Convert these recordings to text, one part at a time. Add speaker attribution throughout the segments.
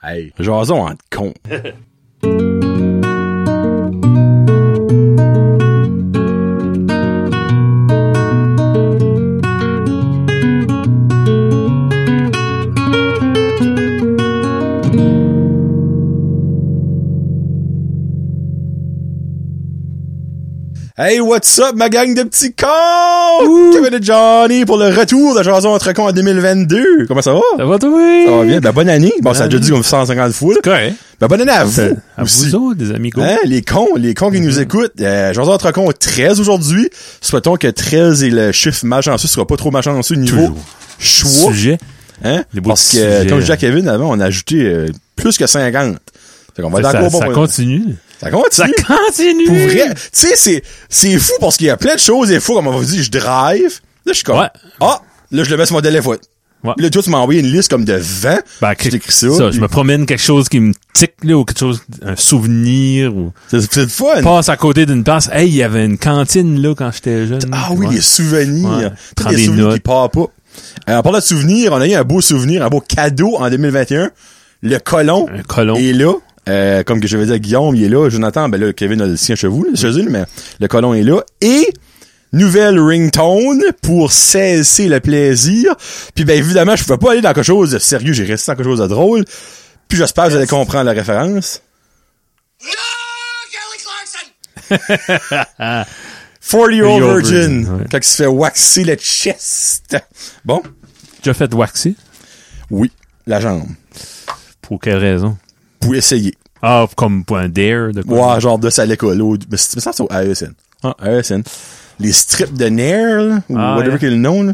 Speaker 1: Hey, jason en con. Hey, what's up, ma gang de petits cons? Kevin et Johnny pour le retour de Jason entre cons en 2022. Comment ça va?
Speaker 2: Ça va, toi?
Speaker 1: Ça va bien? Ben, bonne année. Bon, ça a déjà dit comme 150 fois, là.
Speaker 2: Correct.
Speaker 1: Ben, bonne année à vous.
Speaker 2: À
Speaker 1: aussi.
Speaker 2: vous autres, Mm-hmm. des amigos.
Speaker 1: Hein, les cons, les cons qui nous écoutent. Euh, Jason entre cons 13 aujourd'hui. Souhaitons que 13 et le chiffre malchanceux sera pas trop malchanceux niveau
Speaker 2: Toujours.
Speaker 1: choix.
Speaker 2: Sujet.
Speaker 1: Hein?
Speaker 2: Les beaux
Speaker 1: Parce que,
Speaker 2: petits sujets,
Speaker 1: comme je disais
Speaker 2: là.
Speaker 1: à Kevin avant, on a ajouté euh, plus que 50. Fait qu'on va être
Speaker 2: Ça,
Speaker 1: encore bon.
Speaker 2: ça
Speaker 1: pour-
Speaker 2: continue.
Speaker 1: Ça continue.
Speaker 2: Ça continue.
Speaker 1: Pour vrai. Tu sais, c'est, c'est fou parce qu'il y a plein de choses des fois, comme on va vous dire, je drive. Là, je suis comme,
Speaker 2: Ouais.
Speaker 1: ah, là, je le mets sur mon téléphone.
Speaker 2: Ouais.
Speaker 1: Là, toi, tu m'as envoyé une liste comme de 20.
Speaker 2: Ben,
Speaker 1: J'ai écrit ça.
Speaker 2: je me promène quelque chose qui me tique, là, ou quelque chose, un souvenir, ou
Speaker 1: C'est, c'est le fun.
Speaker 2: passe à côté d'une place. Hey, il y avait une cantine, là, quand j'étais jeune.
Speaker 1: Ah oui,
Speaker 2: Ouais.
Speaker 1: les souvenirs.
Speaker 2: Ouais.
Speaker 1: Tous
Speaker 2: Prends
Speaker 1: les
Speaker 2: des
Speaker 1: souvenirs
Speaker 2: notes.
Speaker 1: qui partent pas. Euh, en parlant de souvenirs, on a eu un beau souvenir, un beau cadeau en 2021. Le colon
Speaker 2: Un colon.
Speaker 1: est là. Euh, comme que je vais dire, Guillaume, il est là. Jonathan, ben là, Kevin a le sien chez vous, là, chez eux, mais le colon est là. Et nouvelle ringtone pour cesser le plaisir. Puis ben évidemment, je pouvais pas aller dans quelque chose de sérieux, j'ai resté dans quelque chose de drôle. Puis j'espère que vous allez comprendre la référence.
Speaker 3: No, Kelly Clarkson!
Speaker 1: 40 year old
Speaker 2: Forty year old
Speaker 1: virgin.
Speaker 2: virgin, ouais.
Speaker 1: Quand il se fait waxer le chest. Bon.
Speaker 2: Déjà fait waxer.
Speaker 1: Oui. La jambe.
Speaker 2: Pour quelle raison?
Speaker 1: pour essayer.
Speaker 2: Ah, comme pour un dare de quoi?
Speaker 1: Ouais, genre de ça à l'école. au- Mais c'est- mais ça, c'est au AESN.
Speaker 2: Ah.
Speaker 1: AESN. Les strips de nerfs, là, ou
Speaker 2: Ah,
Speaker 1: whatever
Speaker 2: ouais.
Speaker 1: qu'il est le nom, là.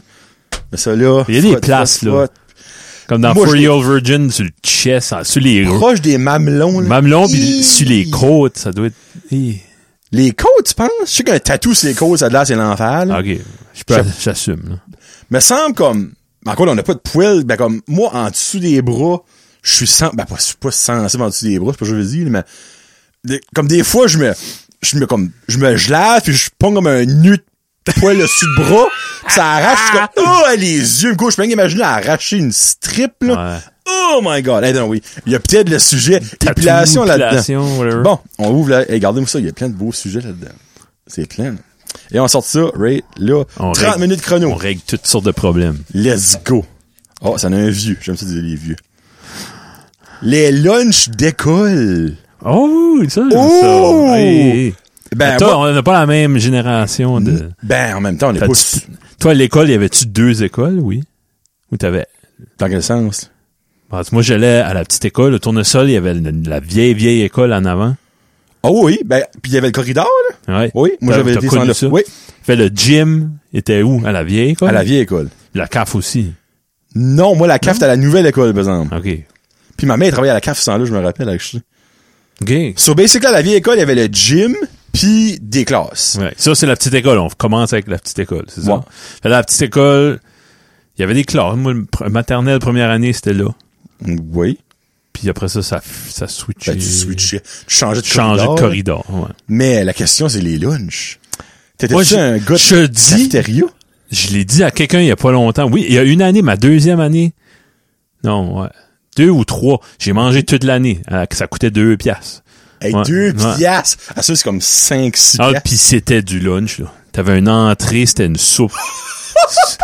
Speaker 1: Mais ça, là.
Speaker 2: Il y a des
Speaker 1: frotte,
Speaker 2: places,
Speaker 1: frotte,
Speaker 2: là.
Speaker 1: frotte.
Speaker 2: Comme dans
Speaker 1: Moi, je-
Speaker 2: Free Old Virgin, sur le chest, en- sur les roues.
Speaker 1: Proche des mamelons, là.
Speaker 2: Mamelon, puis
Speaker 1: Hi.
Speaker 2: sur les côtes, ça doit être... Hi.
Speaker 1: Les côtes, tu penses? Je sais qu'un tatou sur les côtes, ça de là, c'est l'enfer, là.
Speaker 2: Ah, OK. Je peux, j'assume, là.
Speaker 1: Me semble comme, encore, on n'a pas de poils, ben, comme, moi, en dessous des bras, je suis sans, ben, pas, je suis pas sensible en dessous des bras, c'est pas ce que je veux dire, mais, des- comme des fois, je me, je me, comme, je me gelade, puis je ponds comme un nu de poil dessus de bras, pis ça arrache, je suis comme, oh, les yeux, me couchent. je peux même imaginer arracher une strip, là.
Speaker 2: Ouais.
Speaker 1: Oh my god, hey, non, oui. Il y a peut-être le sujet
Speaker 2: Tatou,
Speaker 1: épilation là-dedans.
Speaker 2: épilation, whatever.
Speaker 1: Bon, on ouvre la. Hey, regardez-moi ça, il y a plein de beaux sujets là-dedans. C'est plein. là. Et on sort ça, right, là.
Speaker 2: On
Speaker 1: 30
Speaker 2: règle-
Speaker 1: minutes
Speaker 2: On
Speaker 1: chrono.
Speaker 2: règle toutes sortes de problèmes.
Speaker 1: Let's go. Oh, ça en a un vieux. J'aime ça dire les vieux. Les lunchs d'école.
Speaker 2: Oh, ça, j'aime
Speaker 1: Oh!
Speaker 2: ça. Hey, hey.
Speaker 1: Ben,
Speaker 2: toi,
Speaker 1: moi-
Speaker 2: on n'a pas la même génération de...
Speaker 1: ben, en même temps, on est pas...
Speaker 2: T'as-tu- Toi, à l'école, y avait-tu deux écoles, oui? Ou t'avais...
Speaker 1: Dans quel sens?
Speaker 2: Parce que moi, j'allais à la petite école, au tournesol, il y avait le- la vieille, vieille école en avant.
Speaker 1: Oh oui, ben, puis il y avait le corridor, là.
Speaker 2: Ouais.
Speaker 1: Oui, moi,
Speaker 2: T'as-
Speaker 1: j'avais
Speaker 2: t'as
Speaker 1: été
Speaker 2: connu
Speaker 1: sans le-
Speaker 2: ça?
Speaker 1: oui.
Speaker 2: Fait le gym était où? À la vieille école?
Speaker 1: À la vieille école.
Speaker 2: La CAF aussi.
Speaker 1: Non, moi, la CAF, t'as la nouvelle école, par exemple.
Speaker 2: OK.
Speaker 1: Puis ma mère elle travaillait à la CAF sans là, je me rappelle, actually.
Speaker 2: OK.
Speaker 1: So, basically, à la vieille école, il y avait le gym, puis des classes.
Speaker 2: Ouais. Ça, c'est la petite école. On commence avec la petite école, c'est ça?
Speaker 1: Ouais.
Speaker 2: Fait la petite école, il y avait des classes. Moi, le pr- maternelle, première année, c'était là.
Speaker 1: Oui.
Speaker 2: Puis après ça, ça, f- ça switchait.
Speaker 1: Ben, tu switchais. Tu changeais de
Speaker 2: Changer
Speaker 1: corridor.
Speaker 2: de corridor. ouais.
Speaker 1: Mais la question, c'est les lunchs.
Speaker 2: Moi,
Speaker 1: T'étais-tu
Speaker 2: je-
Speaker 1: un gars de
Speaker 2: je dis-
Speaker 1: cafétéria?
Speaker 2: Je l'ai dit à quelqu'un il y a pas longtemps. Oui, il y a une année, ma deuxième année. Non, ouais. Deux ou trois. J'ai mangé toute l'année. euh, que ça coûtait deux piastres.
Speaker 1: Hey,
Speaker 2: Ouais,
Speaker 1: deux
Speaker 2: ouais.
Speaker 1: piastres! Ah, ça, c'est comme cinq, six
Speaker 2: Ah,
Speaker 1: piastres.
Speaker 2: puis c'était du lunch, là. T'avais une entrée, c'était une soupe.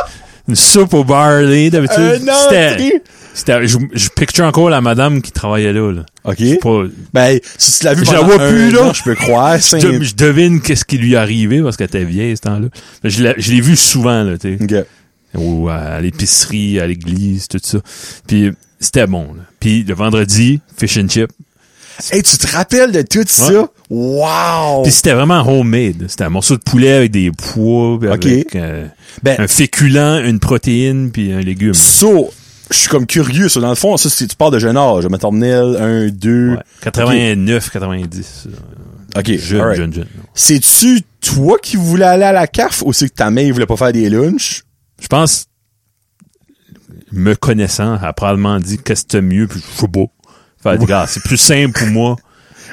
Speaker 2: une soupe au barley, d'habitude.
Speaker 1: Un entrée?
Speaker 2: C'était- C'était, je, je picture encore la madame qui travaillait là, là.
Speaker 1: OK.
Speaker 2: Je sais pas-
Speaker 1: Ben, si tu l'as vu
Speaker 2: Je la
Speaker 1: pendant
Speaker 2: vois
Speaker 1: un
Speaker 2: plus, là.
Speaker 1: an, je peux croire.
Speaker 2: je,
Speaker 1: cinq-
Speaker 2: de- je devine qu'est-ce qui lui est arrivé parce qu'elle était vieille, ce temps-là. Mais Je l'ai, je l'ai vu souvent, là, tu sais.
Speaker 1: Ok.
Speaker 2: ou à, à l'épicerie, à l'église, tout ça. Puis c'était bon. là. Puis le vendredi, fish and chip.
Speaker 1: Hey, tu te rappelles de tout ça? Wow!
Speaker 2: Puis c'était vraiment homemade. C'était un morceau de poulet avec des pois, puis
Speaker 1: Ok.
Speaker 2: avec euh,
Speaker 1: Ben-
Speaker 2: un féculent, une protéine, puis un légume.
Speaker 1: So, je suis comme curieux. ça, dans le fond, ça, si tu parles de jeune âge, maternelle, un, deux.
Speaker 2: Ouais. 89, 90.
Speaker 1: OK,
Speaker 2: Jeune,
Speaker 1: alright.
Speaker 2: jeune, jeune.
Speaker 1: C'est-tu toi qui voulais aller à la CAF ou c'est que ta mère voulait pas faire des lunchs?
Speaker 2: Je pense, me connaissant, elle a probablement dit qu'est-ce que t'aimes mieux, puis je suis beau. Fait, regarde, c'est plus simple pour moi.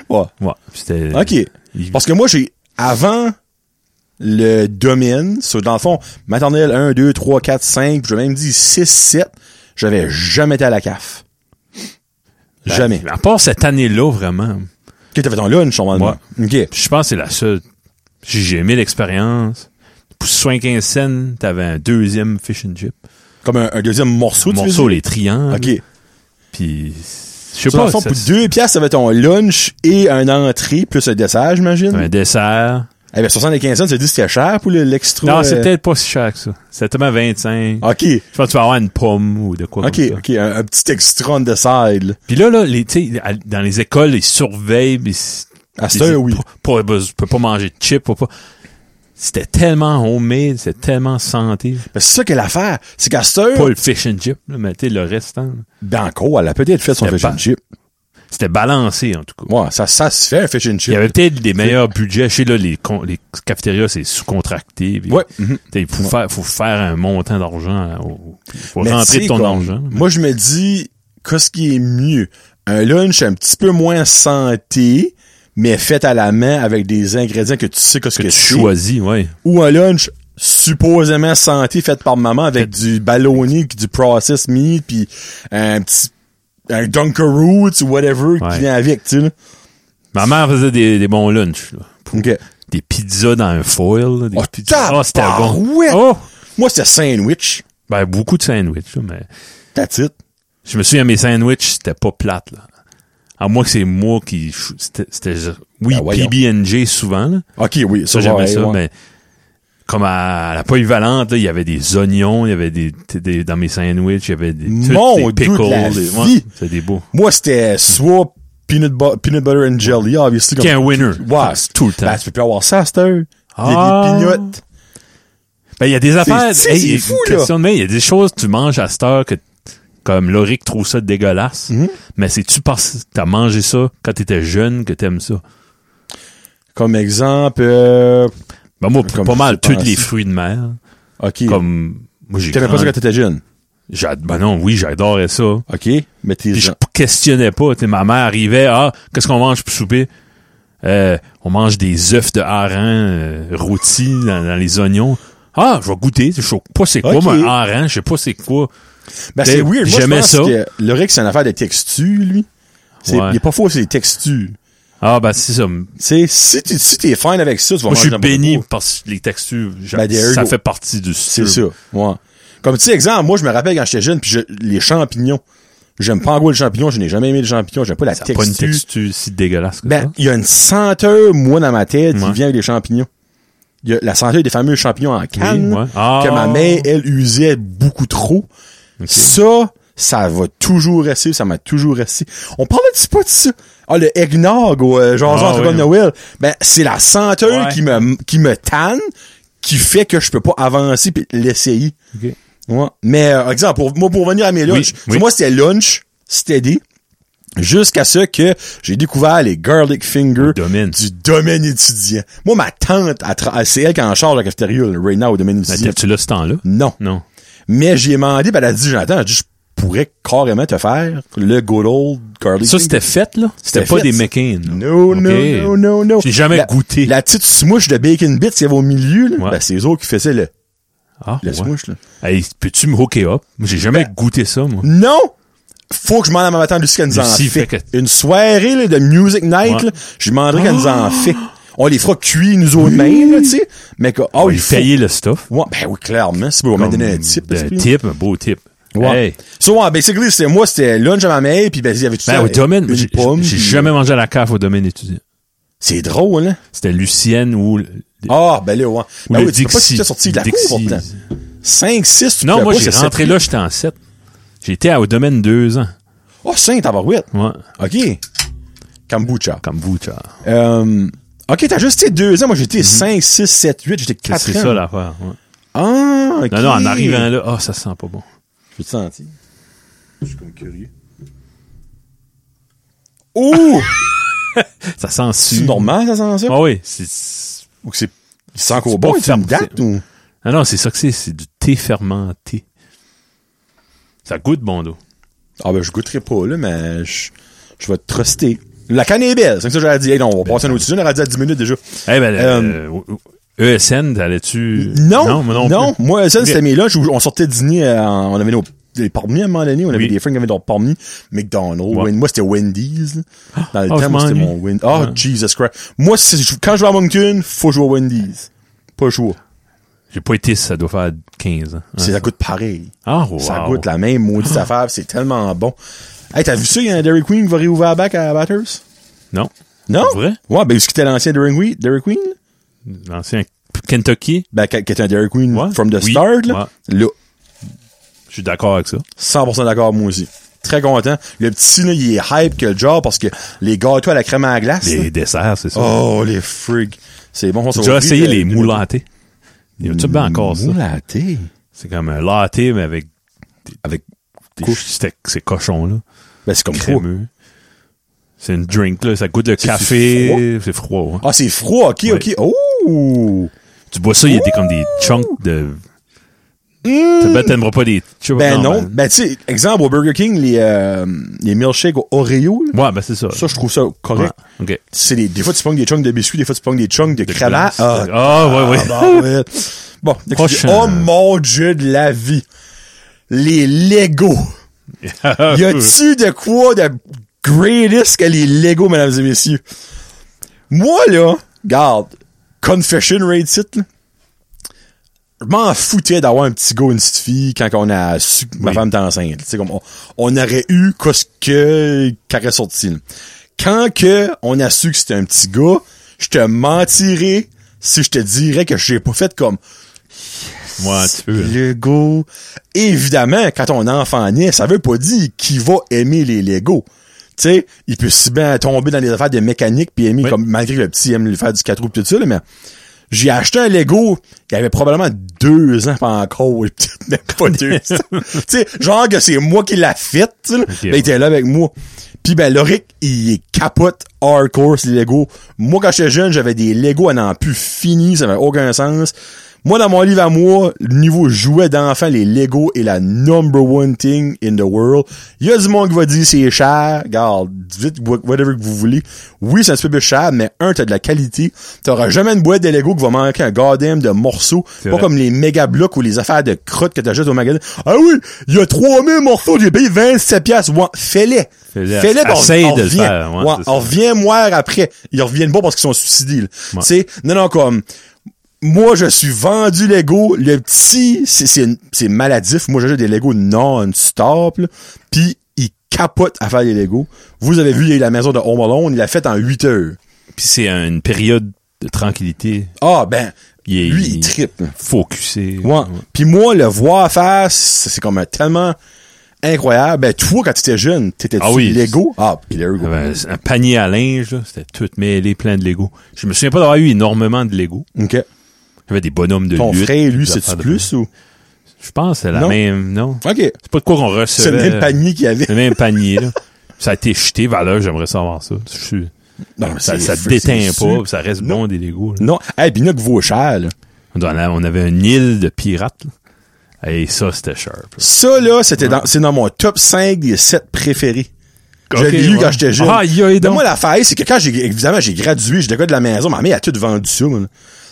Speaker 1: Ouais.
Speaker 2: Ouais, c'était...
Speaker 1: OK.
Speaker 2: Il-
Speaker 1: Parce que moi, j'ai, avant le domaine, sur, dans le fond, maternelle 1, 2, 3, 4, 5, je même dit 6, 7, j'avais jamais été à la CAF.
Speaker 2: Ben,
Speaker 1: Jamais.
Speaker 2: À part cette année-là, vraiment.
Speaker 1: Ok, t'as fait ton lunch, on va
Speaker 2: Ouais.
Speaker 1: Ok.
Speaker 2: Je pense que c'est la seule. J'ai j'ai aimé l'expérience. Pour 75 cents, t'avais un deuxième fish and chip.
Speaker 1: Comme un, un deuxième morceau, tu
Speaker 2: morceau,
Speaker 1: veux
Speaker 2: les triangles.
Speaker 1: dire? Ok.
Speaker 2: Puis, je sais
Speaker 1: Sur
Speaker 2: pas.
Speaker 1: le fond,
Speaker 2: ça-
Speaker 1: pour deux piastres, t'avais ton lunch et un entrée, plus un dessert, j'imagine.
Speaker 2: un dessert.
Speaker 1: Eh bien, 75 cents, tu as dit que c'était cher pour le- l'extra.
Speaker 2: Non,
Speaker 1: euh,
Speaker 2: c'est peut-être pas si cher que ça. C'était même 25.
Speaker 1: Ok.
Speaker 2: Je pense que tu vas avoir une pomme ou de quoi
Speaker 1: Ok,
Speaker 2: comme ça.
Speaker 1: ok, un, un petit extra on the side. là.
Speaker 2: Puis là, là les, tu sais, à- dans les écoles, ils surveillent.
Speaker 1: À
Speaker 2: Ils, ils
Speaker 1: cette heure, oui.
Speaker 2: disent, Pas, pas, peux pas manger de chips. Pas, pas. C'était tellement homemade, c'était tellement santé.
Speaker 1: Mais Ben, c'est ça que l'affaire, c'est qu'à cette heure,
Speaker 2: Pas le fish and chip, là, mais tu sais, le restant. là.
Speaker 1: Banco, elle a peut-être fait son
Speaker 2: C'était
Speaker 1: fish and
Speaker 2: pas-
Speaker 1: chip.
Speaker 2: C'était balancé, en tout cas.
Speaker 1: Ouais, ça, ça se fait un fish and
Speaker 2: Il y
Speaker 1: chip.
Speaker 2: avait peut-être des meilleurs budgets. Chez là, les, con- les cafétérias, c'est sous-contracté. puis,
Speaker 1: Ouais. Mhm.
Speaker 2: tu sais, Il faut, faire, faut faire un montant d'argent. au- Il faut
Speaker 1: Mais tu
Speaker 2: rentrer
Speaker 1: sais,
Speaker 2: de ton
Speaker 1: comme,
Speaker 2: argent.
Speaker 1: Moi, je me dis, qu'est-ce qui est mieux? Un lunch un petit peu moins santé, mais fait à la main avec des ingrédients que tu sais qu'est-ce
Speaker 2: que
Speaker 1: que,
Speaker 2: tu
Speaker 1: c'est.
Speaker 2: choisis, ouais.
Speaker 1: Ou un lunch supposément santé fait par maman avec du baloney, du processed meat, puis un petit un Dunkaroos ou whatever
Speaker 2: Ouais.
Speaker 1: qui vient avec, tu sais. là.
Speaker 2: Ma mère faisait des, des bons lunchs. là.
Speaker 1: OK.
Speaker 2: Des pizzas dans un foil. là, Des
Speaker 1: Oh,
Speaker 2: pizzas. Ah, c'était bon.
Speaker 1: tabarouette!
Speaker 2: Oh!
Speaker 1: Moi, c'était sandwich.
Speaker 2: Ben, beaucoup de sandwichs, là, mais
Speaker 1: That's it.
Speaker 2: je me souviens, mes sandwichs, c'était pas plate, là. À moins que c'est moi qui... chou- C'était... c'était- Oui,
Speaker 1: Ben, voyons.
Speaker 2: PB&J, souvent, là.
Speaker 1: OK, oui.
Speaker 2: Ça, j'aimais
Speaker 1: ouais,
Speaker 2: ça,
Speaker 1: ouais.
Speaker 2: mais comme à, à la polyvalente, là, il y avait des oignons, il y avait des, t- des- dans mes sandwichs, il y avait des, tout-
Speaker 1: Mon
Speaker 2: des
Speaker 1: Dieu de la
Speaker 2: des-
Speaker 1: vie!
Speaker 2: c'est des beaux.
Speaker 1: Moi, c'était soit peanut, bu- peanut butter and jelly, obviously.
Speaker 2: Qui est un winner.
Speaker 1: Ouais.
Speaker 2: C'est tout le temps.
Speaker 1: Ben, tu peux plus avoir ça à cette heure.
Speaker 2: Ah.
Speaker 1: Des, des peanuts.
Speaker 2: Ben, il y a des affaires,
Speaker 1: c'est
Speaker 2: hey,
Speaker 1: c'est
Speaker 2: une
Speaker 1: fou, là.
Speaker 2: question de main, il y a des choses que tu manges à cette heure que, comme Loric trouve ça dégueulasse,
Speaker 1: Mhm.
Speaker 2: mais c'est-tu parce que t'as mangé ça quand t'étais jeune que t'aimes ça?
Speaker 1: Comme exemple, euh,
Speaker 2: Ben, moi,
Speaker 1: Comme
Speaker 2: pas
Speaker 1: je
Speaker 2: mal,
Speaker 1: pense.
Speaker 2: tous les fruits de mer,
Speaker 1: OK.
Speaker 2: comme, moi, j'ai
Speaker 1: T'aimais pas ça
Speaker 2: grandi-
Speaker 1: quand t'étais jeune.
Speaker 2: J'ad- Ben non, oui, j'adorais ça.
Speaker 1: OK. Mais t'es
Speaker 2: Puis je questionnais pas. Tu sais, ma mère arrivait, ah, qu'est-ce qu'on mange pour souper? Euh, on mange des œufs de hareng euh, rôtis dans, dans les oignons. Ah, je vais goûter. Je sais pas c'est quoi,
Speaker 1: Ok.
Speaker 2: mais un hareng, je sais pas c'est quoi.
Speaker 1: Ben, c'est
Speaker 2: Ben,
Speaker 1: weird. Moi,
Speaker 2: j'aimais
Speaker 1: je pense
Speaker 2: ça.
Speaker 1: que le Rick, c'est une affaire de textu, lui. C'est,
Speaker 2: Ouais.
Speaker 1: Il est pas faux, c'est textu.
Speaker 2: Ah, ben c'est ça. Moi,
Speaker 1: Tu sais, si tu si t'es fine avec ça, tu vas
Speaker 2: je
Speaker 1: manger
Speaker 2: suis
Speaker 1: n'importe
Speaker 2: béni
Speaker 1: quoi.
Speaker 2: parce que les textures, j'a-
Speaker 1: Ben, there you
Speaker 2: ça
Speaker 1: go.
Speaker 2: fait partie du
Speaker 1: C'est ça. Ouais. Comme tu sais, exemple, moi, je me rappelle quand j'étais jeune, puis je, les champignons. J'aime pas en gros le champignon, je n'ai jamais aimé le champignon, j'aime pas la
Speaker 2: Ça a
Speaker 1: texture.
Speaker 2: pas une texture si dégueulasse que ça.
Speaker 1: Ben, il y a une senteur, moi, dans ma tête, qui
Speaker 2: Ouais.
Speaker 1: vient avec les champignons. Il y a la senteur des fameux champignons en canne,
Speaker 2: Oui, ouais. Ah.
Speaker 1: que ma mère, elle, usait beaucoup trop. Ça, ça va toujours rester, ça m'a toujours resté. On parlait du pas de ça. Ah, le eggnog, ou, euh, genre,
Speaker 2: Ah,
Speaker 1: genre,
Speaker 2: oui.
Speaker 1: comme Noël. Ben, c'est la senteur
Speaker 2: Ouais.
Speaker 1: qui me, qui me tanne, qui fait que je peux pas avancer pis l'essayer.
Speaker 2: Ok.
Speaker 1: Ouais. Mais, euh, exemple, pour, moi, pour venir à mes lunchs,
Speaker 2: oui.
Speaker 1: moi, c'était lunch, steady, jusqu'à ce que j'ai découvert les garlic fingers
Speaker 2: Au domaine.
Speaker 1: du domaine étudiant. Moi, ma tante, elle tra- c'est elle qui est en charge de la cafétéria, là, right now, au domaine
Speaker 2: Ben,
Speaker 1: étudiant.
Speaker 2: T'as-tu là ce temps-là?
Speaker 1: Non.
Speaker 2: Non.
Speaker 1: Mais j'ai demandé, ben, elle a dit, j'entends, elle a dit, je pourrais carrément te faire le good old garlic
Speaker 2: Ça,
Speaker 1: finger.
Speaker 2: c'était fait, là? C'était
Speaker 1: C'était
Speaker 2: pas
Speaker 1: fait.
Speaker 2: des McCain. là?
Speaker 1: Non, non,
Speaker 2: Ok.
Speaker 1: non, non, non.
Speaker 2: J'ai jamais
Speaker 1: La-
Speaker 2: goûté.
Speaker 1: La petite smouche de bacon bits qu'il y avait au milieu, là,
Speaker 2: Ouais.
Speaker 1: ben, c'est eux autres qui faisaient le,
Speaker 2: Ah,
Speaker 1: le
Speaker 2: ouais.
Speaker 1: smouche, là.
Speaker 2: Hey, peux-tu me hooker up? Moi, J'ai jamais goûté ça, moi.
Speaker 1: Ben, Non! Faut que je m'en demande à ma tante Lucie qu'elle nous en
Speaker 2: Lucie,
Speaker 1: fait.
Speaker 2: fait que-
Speaker 1: Une soirée là, de Music Night,
Speaker 2: Ouais. Ah!
Speaker 1: là, je demanderai qu'elle nous en fait. On les fera cuire nous autres mêmes, là, tu sais. Mais que, oh,
Speaker 2: On
Speaker 1: il
Speaker 2: lui
Speaker 1: faut...
Speaker 2: payait le stuff.
Speaker 1: Ouais, ben oui, clairement. Si vous me donner un type.
Speaker 2: Un type, un beau type.
Speaker 1: Ouais.
Speaker 2: Hey.
Speaker 1: So, ouais, basically, c'était moi, c'était lunch à ma mère, puis ben, il y avait tout
Speaker 2: Ben,
Speaker 1: ça.
Speaker 2: au domaine,
Speaker 1: une
Speaker 2: j'ai
Speaker 1: pomme,
Speaker 2: j'ai
Speaker 1: puis-
Speaker 2: jamais mangé à la cave au domaine étudiant.
Speaker 1: C'est drôle, hein?
Speaker 2: C'était Lucienne ou... le-
Speaker 1: Ah, ben là, ouais.
Speaker 2: Ou
Speaker 1: Ben
Speaker 2: le
Speaker 1: oui, tu peux pas
Speaker 2: Dixie.
Speaker 1: si t'es sorti de la cour,
Speaker 2: Dixie.
Speaker 1: pourtant. 5, 6, tu
Speaker 2: Non,
Speaker 1: pouvais
Speaker 2: moi,
Speaker 1: pas,
Speaker 2: j'ai
Speaker 1: c'est
Speaker 2: rentré
Speaker 1: sept-
Speaker 2: là, j'étais en 7. J'étais à- au domaine deux ans.
Speaker 1: Oh, 5, t'en vas 8.
Speaker 2: Ouais.
Speaker 1: OK. Kombucha.
Speaker 2: Comme vous, tu vois.
Speaker 1: Euh, ok, t'as juste été deux ans. Moi, j'étais 5, 6, 7, 8. J'étais
Speaker 2: Mhm. Ah, C'est
Speaker 1: 4 ans.
Speaker 2: c'est ça l'affaire. ouais.
Speaker 1: Ah, ok.
Speaker 2: Non, non, en arrivant là, ah, ça sent pas bon.
Speaker 1: Je peux te sentir. Je suis comme curieux. Oh!
Speaker 2: Ça sent
Speaker 1: c'est
Speaker 2: su.
Speaker 1: normal, ça sent ça?
Speaker 2: Ah oui, c'est...
Speaker 1: Ou que c'est. C'est encore
Speaker 2: C'est
Speaker 1: bon,
Speaker 2: pas
Speaker 1: c'est une
Speaker 2: ferme,
Speaker 1: date
Speaker 2: c'est-
Speaker 1: ou.
Speaker 2: Non, non, c'est ça que c'est. C'est du thé fermenté. Ça goûte bon, d'eau.
Speaker 1: Ah, ben, je goûterai pas, là, mais je, je vais te truster. La canne est belle. C'est ça que j'aurais dit. Hey, non, on va passer à un autre sujet. On aurait dit à 10 minutes déjà.
Speaker 2: Eh ben,
Speaker 1: Euh,
Speaker 2: euh, ESN, t'allais-tu...
Speaker 1: Non,
Speaker 2: moi non,
Speaker 1: non,
Speaker 2: plus.
Speaker 1: moi, ça,
Speaker 2: Ok.
Speaker 1: c'était mes lunchs où on sortait dîner, euh, on avait nos les parmi à un moment donné, on avait
Speaker 2: Oui.
Speaker 1: des friends qui avaient leur parmi. McDonald's,
Speaker 2: Ouais.
Speaker 1: Wen- moi c'était Wendy's. là. Dans le
Speaker 2: Ah, je
Speaker 1: temps, moi c'était
Speaker 2: m'ennuie.
Speaker 1: mon Wendy's. Oh,
Speaker 2: Ouais.
Speaker 1: Jesus Christ. Moi, si je- quand je vais à Moncton, faut jouer à Wendy's. Pas le choix.
Speaker 2: Ah, J'ai pas été, ça doit faire 15 ans.
Speaker 1: C'est- Ça goûte pareil.
Speaker 2: Ah, wow. Ah.
Speaker 1: Ça goûte la même maudite affaire, pis c'est tellement bon. Hey, t'as vu ça, il y a un Dairy Queen qui va réouvrir la bac à Batters?
Speaker 2: Non.
Speaker 1: Non?
Speaker 2: Pour vrai?
Speaker 1: Ouais, ben, ce qui était l'ancien Dairy Queen, Dairy Queen,
Speaker 2: L'ancien Kentucky,
Speaker 1: ben, qui qui était un Dairy Queen
Speaker 2: Ouais.
Speaker 1: from the
Speaker 2: Oui.
Speaker 1: start, là. Là,
Speaker 2: je suis d'accord avec ça.
Speaker 1: 100% d'accord, moi aussi. Très content. Le petit, là, il est hype que le genre parce que les gâteaux à la crème à la glace. là.
Speaker 2: Les desserts, c'est ça. Ah,
Speaker 1: Oh, les frigs. C'est bon, on
Speaker 2: J'ai déjà essayé les
Speaker 1: euh,
Speaker 2: moules latés. euh, Il y a-tu bien encore ça?
Speaker 1: Moulaté.
Speaker 2: C'est comme un latte, mais avec
Speaker 1: Avec,
Speaker 2: des
Speaker 1: Quoi?
Speaker 2: steaks, ces cochons-là.
Speaker 1: ben, c'est comme quoi?
Speaker 2: Crémeux. C'est une drink, là. Ça goûte le
Speaker 1: C'est-tu
Speaker 2: café. C'est froid, ouais.
Speaker 1: Ah, c'est froid, ok, ok. Oh!
Speaker 2: Tu bois ça, il y a des, comme des chunks de... Tu ben, t'aimerais pas des... tu sais,
Speaker 1: Ben non.
Speaker 2: ben-
Speaker 1: Ben, tu sais, exemple, au Burger King, les, euh, les milkshakes au Oreo, là,
Speaker 2: Ouais, ben c'est ça.
Speaker 1: ça, je trouve ça
Speaker 2: Ouais,
Speaker 1: correct.
Speaker 2: OK.
Speaker 1: C'est des, des fois, tu pognes des chunks de biscuits, des fois, tu pognes des chunks de, cravate.
Speaker 2: Ah,
Speaker 1: Ah,
Speaker 2: ouais,
Speaker 1: ah,
Speaker 2: ouais.
Speaker 1: bah, ouais. Bon, donc,
Speaker 2: Prochain.
Speaker 1: oh mon dieu de la vie. Les Lego.
Speaker 2: Ah.
Speaker 1: Y a-tu de quoi de greatest que les Lego, mesdames et messieurs? Moi, là, garde, confession rate site, là. Je m'en foutais d'avoir un petit gars, une petite fille quand on a su que ma
Speaker 2: Oui.
Speaker 1: femme était enceinte. Tu sais, comme on, on aurait eu qu'est-ce que qu'elle aurait sorti. là. Quand que on a su que c'était un petit gars, je te mentirais si je te dirais que j'ai pas fait comme
Speaker 2: Moi, un petit peu. hein.
Speaker 1: Lego. Évidemment, quand ton enfant naît, ça veut pas dire qu'il va aimer les Lego. Tu sais, il peut si bien tomber dans les affaires de mécanique puis aimer
Speaker 2: Oui.
Speaker 1: comme malgré que le petit aime lui faire du 4 roues pis tout ça, là, mais j'ai acheté un Lego, il avait probablement deux ans pas encore, et peut-être même pas deux. ans. tu sais, genre que c'est moi qui l'a fait, tu sais, là. ben, il était là avec moi. Puis ben Loric, il est capote hardcore sur les Lego. Moi quand j'étais jeune, j'avais des Lego à n'en plus fini, ça avait aucun sens. Moi dans mon livre à moi, le niveau jouet d'enfant, les Lego est la number one thing in the world. Il y a du monde qui va dire c'est cher, garde, dites wha- whatever que vous voulez. Oui, c'est un petit peu plus cher, mais un, t'as de la qualité. T'auras jamais une boîte de Lego qui va manquer un goddamn de morceaux.
Speaker 2: C'est
Speaker 1: Pas
Speaker 2: vrai.
Speaker 1: comme les méga blocs ou les affaires de crottes que t'achètes au magasin. Ah oui, il y a 3000 morceaux, j'ai payé 27 piastres. Ouais, fais-les.
Speaker 2: Fais-les.
Speaker 1: Fais-les, puis on-
Speaker 2: Essaye
Speaker 1: on
Speaker 2: de le
Speaker 1: revient.
Speaker 2: faire, ouais,
Speaker 1: Ouais,
Speaker 2: c'est ça.
Speaker 1: on revient moi après. Ils reviennent pas parce qu'ils sont suicidés, là. Tu sais, non, non, comme, moi, je suis vendu Lego. Le petit, c'est- c'est c'est maladif. Moi, j'achète des Lego non-stop. là. Puis, il capote à faire des Lego. Vous avez vu, il y a eu la maison de Home Alone. Il l'a faite en 8 heures.
Speaker 2: Puis c'est une période de tranquillité.
Speaker 1: Ah, ben,
Speaker 2: Il est,
Speaker 1: lui,
Speaker 2: il
Speaker 1: il
Speaker 2: est
Speaker 1: tripe.
Speaker 2: focusé.
Speaker 1: Ouais. Puis moi, le voir faire, c'est c'est comme un tellement incroyable. Ben, toi, quand tu étais jeune, t'étais
Speaker 2: Ah oui.
Speaker 1: Lego. Ah, puis les Lego.
Speaker 2: J'avais un- un panier à linge, là, c'était tout mêlé, plein de Lego. Je me souviens pas d'avoir eu énormément de Lego.
Speaker 1: OK.
Speaker 2: J'avais des bonhommes de
Speaker 1: Ton
Speaker 2: lutte,
Speaker 1: frère, lui,
Speaker 2: des
Speaker 1: c'est-tu
Speaker 2: affaires de-
Speaker 1: plus ou?
Speaker 2: Je pense que c'est la
Speaker 1: Non.
Speaker 2: même, non?
Speaker 1: OK.
Speaker 2: C'est pas de quoi qu'on
Speaker 1: C'est
Speaker 2: recevait.
Speaker 1: le même panier qu'il y avait.
Speaker 2: Le même panier, là. Ça a été jeté, valeur, j'aimerais savoir ça. Je suis-
Speaker 1: Non,
Speaker 2: ça
Speaker 1: c'est-
Speaker 2: ça
Speaker 1: c'est-
Speaker 2: déteint
Speaker 1: c'est
Speaker 2: pas,
Speaker 1: sûr.
Speaker 2: ça reste bon des Lego. là.
Speaker 1: Non. Eh, hey, puis notre vaut cher, là.
Speaker 2: On a- on avait une île de pirates, là. Et ça, c'était sharp. là.
Speaker 1: Ça, là, c'était dans, c'est dans mon top 5 des 7 préférés. je
Speaker 2: Ok,
Speaker 1: l'ai eu
Speaker 2: ouais.
Speaker 1: quand j'étais jeune.
Speaker 2: Ah, aïe, aïe,
Speaker 1: Mais
Speaker 2: donc.
Speaker 1: moi, l'affaire, c'est que quand j'ai, évidemment, j'ai gradué, j'étais gars de la maison, ma mère a tout vendu ça, moi, là.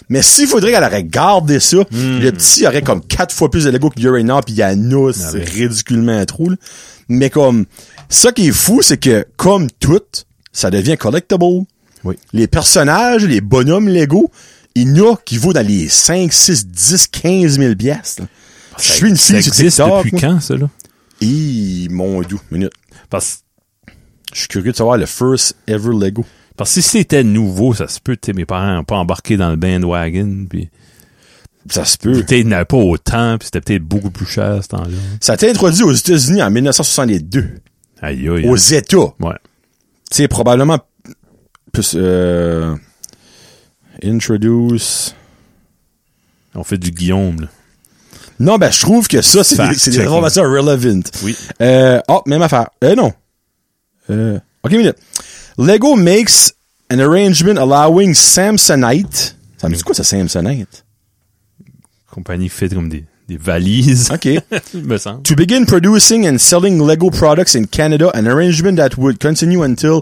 Speaker 1: Mais s'il faudrait qu'elle aurait gardé ça,
Speaker 2: Hmm.
Speaker 1: le petit aurait comme quatre fois plus de Lego que Urena pis Yana, c'est
Speaker 2: ouais.
Speaker 1: ridiculement trop, là. Mais comme, ça qui est fou, c'est que, comme tout, ça devient collectible.
Speaker 2: Oui.
Speaker 1: Les personnages, les bonhommes Lego, il y en a qui vaut dans les 5, 6, 10, 15 000 piastres. là. Je suis une
Speaker 2: Ça
Speaker 1: fille sur
Speaker 2: existe
Speaker 1: TikTok,
Speaker 2: depuis
Speaker 1: moi.
Speaker 2: quand, ça, là?
Speaker 1: Hi, mon dieu, minute.
Speaker 2: Parce,
Speaker 1: Je suis curieux de savoir le first ever Lego.
Speaker 2: parce que si c'était nouveau, ça se peut, tu sais, mes parents n'ont pas embarqué dans le bandwagon,
Speaker 1: Mm.
Speaker 2: puis
Speaker 1: Ça se peut.
Speaker 2: peut-être ils n'avaient pas autant, puis c'était peut-être beaucoup plus cher, à ce temps-là.
Speaker 1: Ça a été introduit aux États-Unis en 1962.
Speaker 2: Aïe, aïe.
Speaker 1: Aux États.
Speaker 2: Ouais.
Speaker 1: C'est probablement plus, euh, introduce.
Speaker 2: On fait du Guillaume, là.
Speaker 1: Non, ben, je trouve que ça, c'est des, c'est des
Speaker 2: Fact-checking.
Speaker 1: informations relevant.
Speaker 2: Oui.
Speaker 1: Euh, oh, même affaire. Euh, non. Euh, ok, minute. Lego makes an arrangement allowing Samsonite. Ça me dit quoi, ça, Samsonite?
Speaker 2: Compagnie fait comme des, des valises,
Speaker 1: Ok.
Speaker 2: me semble.
Speaker 1: to begin producing and selling Lego products in Canada, an arrangement that would continue until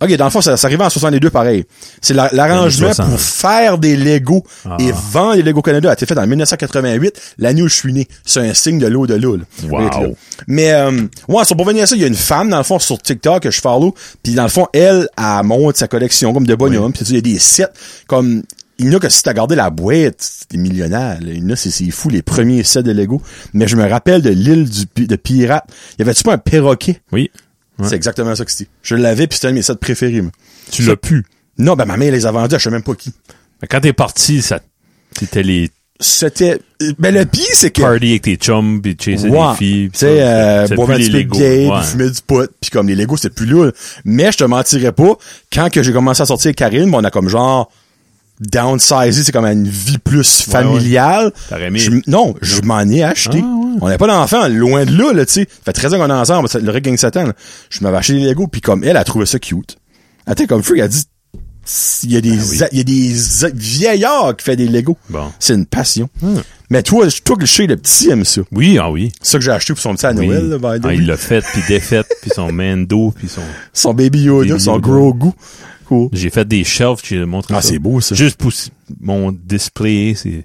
Speaker 1: OK, dans le fond, ça, ça arrivait en 62 pareil. C'est la- l'arrangement
Speaker 2: Années 60.
Speaker 1: pour faire des Legos
Speaker 2: Ah.
Speaker 1: et vendre les Legos Canada a été fait en 1988, l'année où je suis né. C'est un signe de l'eau de l'eau. là.
Speaker 2: Wow.
Speaker 1: Être là. Mais euh, ouais, sur pour venir à ça, il y a une femme dans le fond sur TikTok que je follow, puis dans le fond, elle, elle monte sa collection comme de bonhommes, puis tu sais, il y a des sets comme il n'y a que si t'as gardé la boîte, t'es millionnaire. Là. Il y en a, c'est, c'est fou, les premiers sets de Lego. Mais je me rappelle de l'île du, pi- de Pirate. Y avait-tu pas un perroquet?
Speaker 2: Oui. Ouais.
Speaker 1: C'est exactement ça que c'était. Je l'avais, puis c'était un de mes sets préférés. moi.
Speaker 2: Tu l'as pu.
Speaker 1: Non, ben ma mère les a vendus, je sais même pas qui.
Speaker 2: Mais quand t'es parti, ça, t'étais les
Speaker 1: C'était... Ben le pire, c'est que...
Speaker 2: party avec tes chums, pis chaser
Speaker 1: Ouais.
Speaker 2: les filles.
Speaker 1: Tu sais, euh, boire un
Speaker 2: les
Speaker 1: petit peu de
Speaker 2: Legos.
Speaker 1: bière,
Speaker 2: Ouais.
Speaker 1: puis fumer du pot, puis comme les Legos, c'est plus lourd. Mais je te mentirais pas, quand que j'ai commencé à sortir avec Karine, ben, on a comme genre downsizé, c'est comme à une vie plus
Speaker 2: ouais.
Speaker 1: familiale.
Speaker 2: T'aurais aimé.
Speaker 1: Je m- non, je m'en ai acheté.
Speaker 2: Ah, ouais.
Speaker 1: On n'avait pas d'enfant, loin de là, là, tu sais. Ça fait 13 ans qu'on est ensemble, ça- le Red Gang Satan. là. Je m'avais acheté des Legos, puis comme elle, elle a trouvé ça cute. Elle était comme freak, elle a dit, il y a des, a- il y a des a- vieillards qui font des Legos.
Speaker 2: Ben Bon. Hmm.
Speaker 1: C'est une passion. Mais toi, je- toi, que je sais, le petit aime ça.
Speaker 2: Oui, ah oui.
Speaker 1: C'est ça que j'ai acheté pour son petit à
Speaker 2: Oui.
Speaker 1: Noël, là, by the
Speaker 2: Ah,
Speaker 1: way.
Speaker 2: il l'a fait, puis défait, puis son Mendo, puis son...
Speaker 1: Son baby Yoda,
Speaker 2: Baby
Speaker 1: son
Speaker 2: Yoda.
Speaker 1: gros goût. Cool.
Speaker 2: J'ai fait des shelves, j'ai montré
Speaker 1: Ah,
Speaker 2: ça.
Speaker 1: c'est beau, ça.
Speaker 2: Juste pour s- mon display, c'est...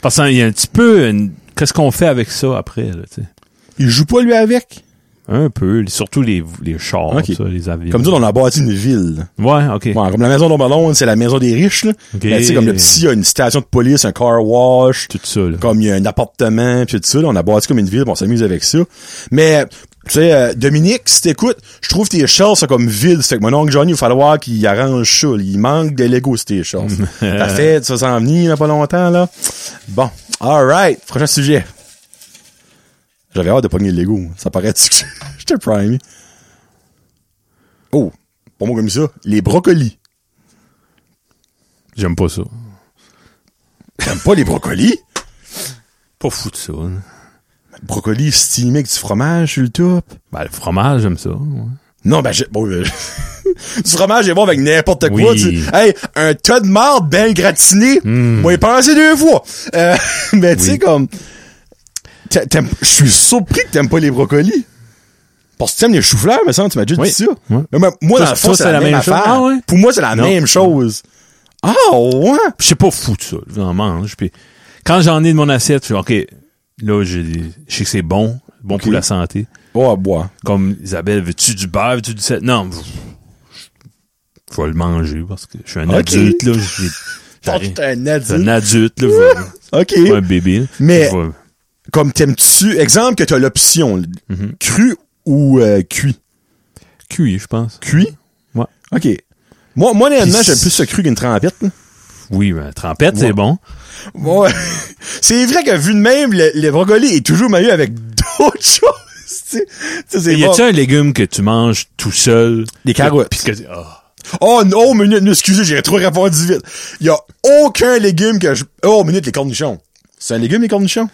Speaker 2: Parce qu'il y a un petit peu... une- Qu'est-ce qu'on fait avec ça après, là, tu sais?
Speaker 1: Il joue pas, lui, avec.
Speaker 2: Un peu, surtout les, les chars,
Speaker 1: Ok.
Speaker 2: ça, les avions.
Speaker 1: Comme nous, on a bâti une ville.
Speaker 2: Ouais, ok.
Speaker 1: Bon, comme la maison d'Ombalonde, c'est la maison des riches, là.
Speaker 2: Ok.
Speaker 1: Ben, tu sais, comme le petit, il y a une station de police, un car wash,
Speaker 2: Tout ça, là.
Speaker 1: comme il y a un appartement, puis tout ça, là. On a bâti comme une ville, puis on s'amuse avec ça. Mais, tu sais, euh, Dominique, si t'écoutes, je trouve tes shells sont comme vides. Fait que mon oncle Johnny, il va falloir qu'il arrange ça. là. Il manque de Lego, sur tes shells. La fête, ça s'en venir, il y a pas longtemps, là. Bon. Alright. Prochain sujet. J'avais hâte de pogner le Lego. Ça paraît-tu que j'étais primé? Oh. Pas moi comme ça. Les brocolis.
Speaker 2: J'aime pas ça.
Speaker 1: T'aimes pas les brocolis?
Speaker 2: Pas fou de ça. hein.
Speaker 1: Brocolis steamé avec du fromage sur le top.
Speaker 2: Ben, le fromage, j'aime ça. ouais.
Speaker 1: Non, ben, j'ai, bon, euh, du fromage est bon avec n'importe quoi,
Speaker 2: Oui. Hmm.
Speaker 1: tu- Hey, un tas de marde bien gratiné, moi, y penser deux fois. Euh, mais tu sais,
Speaker 2: Oui.
Speaker 1: comme, t'a- t'aimes- je suis surpris que t'aimes pas les brocolis. Parce que t'aimes les choux-fleurs, mais ça, tu m'as déjà
Speaker 2: Oui.
Speaker 1: dit ça.
Speaker 2: Ouais.
Speaker 1: Mais moi, moi,
Speaker 2: Ça,
Speaker 1: dans le
Speaker 2: c'est-
Speaker 1: fond,
Speaker 2: ça,
Speaker 1: c'est la, même,
Speaker 2: chose.
Speaker 1: affaire.
Speaker 2: Ah ouais?
Speaker 1: Pour moi, c'est la
Speaker 2: Non.
Speaker 1: même chose. Ah, ouais?
Speaker 2: Je suis pas fou de ça. J'en mange. Puis quand j'en ai de mon assiette, je suis OK, là, je, je sais que c'est bon. Bon
Speaker 1: Ok.
Speaker 2: pour la santé.
Speaker 1: Ouais, bois.
Speaker 2: Comme Isabelle, veux-tu du beurre, veux-tu du sel? Non, je- je vais le manger parce que je suis un
Speaker 1: Ok.
Speaker 2: adulte, là. j'ai- j'arrive-
Speaker 1: T'es un
Speaker 2: Je suis un
Speaker 1: adulte.
Speaker 2: adulte, là. je-
Speaker 1: Ok.
Speaker 2: je suis pas un bébé. là.
Speaker 1: Mais-
Speaker 2: Je vais-
Speaker 1: Comme t'aimes-tu, exemple que t'as l'option,
Speaker 2: Mhm.
Speaker 1: cru ou euh, cuit?
Speaker 2: cuit, je pense.
Speaker 1: cuit.
Speaker 2: Ouais.
Speaker 1: OK. Moi, moi honnêtement,
Speaker 2: Puis
Speaker 1: j'aime plus ce cru qu'une trempette. là.
Speaker 2: Oui, ben, trempette, c'est bon.
Speaker 1: Ouais. c'est vrai que vu de même, le, le brocoli est toujours meilleur avec d'autres choses. tu sais. Tu sais, c'est
Speaker 2: Y
Speaker 1: bon.
Speaker 2: a-tu un légume que tu manges tout seul?
Speaker 1: Des carottes.
Speaker 2: Puis que- ah.
Speaker 1: Oh non, minute, non, excusez, j'ai trop répondu vite. Il y a aucun légume que je... Oh, minute, les cornichons. C'est un légume, les cornichons?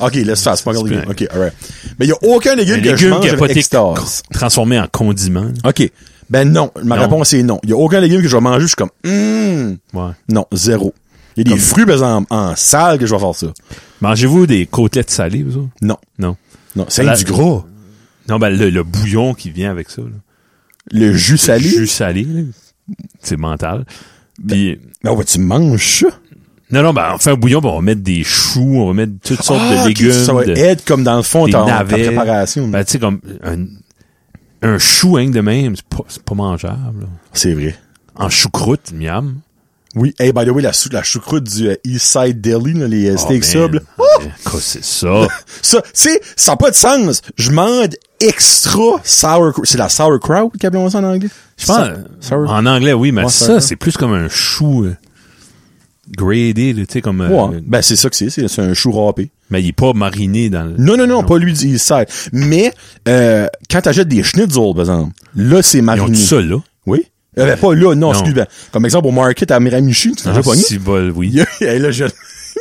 Speaker 1: OK, laisse faire, c'est pas un
Speaker 2: C'est
Speaker 1: légume.
Speaker 2: plus
Speaker 1: OK, alright. Mais il y a aucun légume
Speaker 2: Un
Speaker 1: que je
Speaker 2: légume
Speaker 1: mange
Speaker 2: qui a pas
Speaker 1: avec
Speaker 2: été
Speaker 1: extase.
Speaker 2: transformé en condiment. là.
Speaker 1: OK. Ben non, ma
Speaker 2: Non.
Speaker 1: réponse est non. Il y a aucun légume que je vais manger, je suis comme... Hum.
Speaker 2: Ouais.
Speaker 1: Non, zéro. Il y a des fruits, par exemple, en salle que je vais faire ça.
Speaker 2: Mangez-vous des côtelettes salées, vous autres?
Speaker 1: Non.
Speaker 2: Non.
Speaker 1: Non, c'est
Speaker 2: La-
Speaker 1: du gras.
Speaker 2: Non, ben, le, le bouillon qui vient avec ça, là.
Speaker 1: Le jus salé.
Speaker 2: Jus salé, là. C'est mental. Puis,
Speaker 1: Ben ouais, tu manges ça.
Speaker 2: non, non, ben, on fait un bouillon, ben, on va mettre des choux, on va mettre toutes sortes
Speaker 1: Ah,
Speaker 2: de
Speaker 1: ok,
Speaker 2: légumes.
Speaker 1: ça va
Speaker 2: de-
Speaker 1: être comme dans le fond
Speaker 2: des
Speaker 1: ta, ta
Speaker 2: navets.
Speaker 1: préparation.
Speaker 2: Ben, tu sais, comme un, un chou, hein, de même, c'est pas, c'est pas mangeable, là.
Speaker 1: Ah, c'est vrai.
Speaker 2: En choucroute, miam.
Speaker 1: Oui. Hey, by the way, la, chou- la choucroute du euh, Eastside Deli, là, les euh,
Speaker 2: Oh,
Speaker 1: steaks
Speaker 2: man.
Speaker 1: sub, là.
Speaker 2: Ah, qu'est-ce que c'est ça?
Speaker 1: Ça, tu sais, ça n'a pas de sens. Je mange extra sauerkraut. C'est la sauerkraut qu'appelons ça en anglais?
Speaker 2: Je pense,
Speaker 1: Sau- sauer-
Speaker 2: en anglais, oui, mais
Speaker 1: Ouais,
Speaker 2: ça,
Speaker 1: sauerkraut.
Speaker 2: c'est plus comme un chou euh, gradé, là, tu sais, comme... euh,
Speaker 1: Ouais. Ben, c'est ça que c'est. C'est c'est un chou râpé.
Speaker 2: Mais il est pas mariné dans le...
Speaker 1: Non, non, non, pas lui du Eastside. Mais, euh, quand t'achètes des schnitzels, par exemple, là, c'est
Speaker 2: Ils ont tout
Speaker 1: mariné.
Speaker 2: ça, là.
Speaker 1: Oui. Euh, ben, pas là, non,
Speaker 2: Non.
Speaker 1: excuse-moi. Comme exemple, au market à Miramichi, tu l'as déjà
Speaker 2: Ah,
Speaker 1: pogné?
Speaker 2: si bol, oui.
Speaker 1: Il y a- et là, je...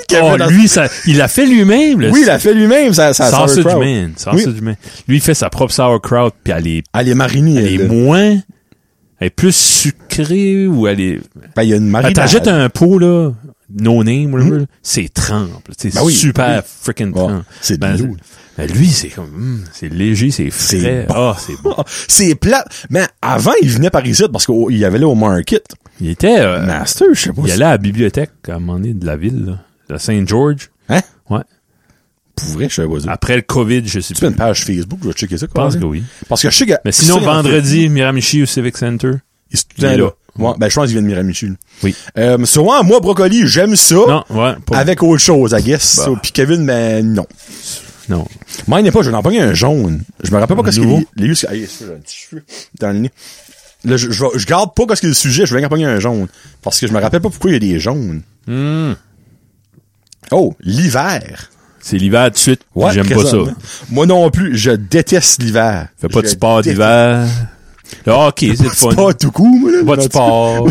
Speaker 1: Kevin
Speaker 2: Oh,
Speaker 1: dans-
Speaker 2: lui, ça, il l'a fait lui-même, le
Speaker 1: Oui, il a fait lui-même, ça, ça
Speaker 2: sausage
Speaker 1: sauerkraut.
Speaker 2: man. Sausage
Speaker 1: Ah, Oui.
Speaker 2: man. Lui, il fait sa propre sauerkraut, puis elle est,
Speaker 1: Elle est marinée.
Speaker 2: elle est
Speaker 1: elle, là.
Speaker 2: moins, elle est plus sucrée, ou elle est...
Speaker 1: Ben, il y a une marinade.
Speaker 2: Elle t'achète un pot, là, no name, whatever, là, c'est trempe. là. C'est
Speaker 1: Mhm. Ben oui,
Speaker 2: super
Speaker 1: oui.
Speaker 2: freaking
Speaker 1: Ouais,
Speaker 2: trempe.
Speaker 1: c'est
Speaker 2: Ben,
Speaker 1: doux.
Speaker 2: ben, lui, c'est comme, hum, c'est léger, c'est frais.
Speaker 1: C'est bon.
Speaker 2: Ah, c'est bon.
Speaker 1: C'est plate. Mais avant, il venait par ici parce qu'il y avait là au market.
Speaker 2: Il était, euh,
Speaker 1: Master, je sais pas.
Speaker 2: il
Speaker 1: si-
Speaker 2: allait à la bibliothèque, à un moment donné, de la ville, là, de Saint-George.
Speaker 1: Hein?
Speaker 2: Ouais.
Speaker 1: Pour vrai, je sais pas. dire.
Speaker 2: Après le COVID, je sais
Speaker 1: Tu fais
Speaker 2: plus.
Speaker 1: une page Facebook, je vais checker ça. Je
Speaker 2: Ah. pense que oui.
Speaker 1: Parce que je sais que.
Speaker 2: Mais sinon,
Speaker 1: c'est-
Speaker 2: vendredi, Miramichi au Civic Center.
Speaker 1: Il est tout le temps
Speaker 2: il est
Speaker 1: là. Ouais, ben, je pense qu'il vient de Miramichi. là.
Speaker 2: Oui.
Speaker 1: Euh, souvent, moi, Brocoli, j'aime ça.
Speaker 2: Non, ouais, pas.
Speaker 1: Oh. Avec autre chose, I guess.
Speaker 2: Bah.
Speaker 1: So, Puis Kevin, ben, non.
Speaker 2: Non.
Speaker 1: Moi, il n'est pas, je n'en pogne un jaune. Je me rappelle pas qu'est-ce qu'il
Speaker 2: nouveau?
Speaker 1: est. Les yeux, c'est- aïe, c'est- j'ai un petit cheveu dans le nez. Là, je, je, je garde pas qu'est-ce que le sujet, je vais en pogner un jaune. Parce que je me rappelle pas pourquoi il y a des jaunes.
Speaker 2: Hmm.
Speaker 1: Oh, l'hiver.
Speaker 2: C'est l'hiver tout de suite. puis
Speaker 1: Ouais,
Speaker 2: J'aime
Speaker 1: qu'est-ce
Speaker 2: pas ça.
Speaker 1: hein? Moi non plus, je déteste l'hiver.
Speaker 2: Fais pas de
Speaker 1: Je
Speaker 2: sport
Speaker 1: déteste-
Speaker 2: d'hiver. Le hockey, c'est le
Speaker 1: Pas de
Speaker 2: fun.
Speaker 1: sport tout court, moi, là.
Speaker 2: Pas de
Speaker 1: Non, tu-
Speaker 2: sport.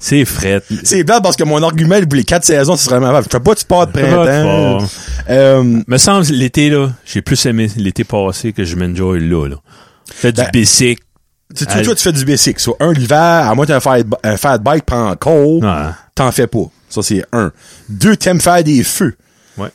Speaker 2: C'est fret.
Speaker 1: C'est blanc parce que mon argument pour les quatre saisons, ce serait vraiment Je fais pas de sport de
Speaker 2: Fais pas de
Speaker 1: printemps.
Speaker 2: sport.
Speaker 1: Euh,
Speaker 2: Me semble, l'été, là, j'ai plus aimé l'été passé que je m'enjoy là, là. Fais du
Speaker 1: Ben,
Speaker 2: bicycle.
Speaker 1: tu, tu, toi, tu fais du basic. Soit un, l'hiver, à moins que t'aies un fat, un fat euh, bike, pas encore,
Speaker 2: Ouais.
Speaker 1: t'en fais pas. Ça, c'est un. Deux, t'aimes faire des feux.
Speaker 2: Ouais.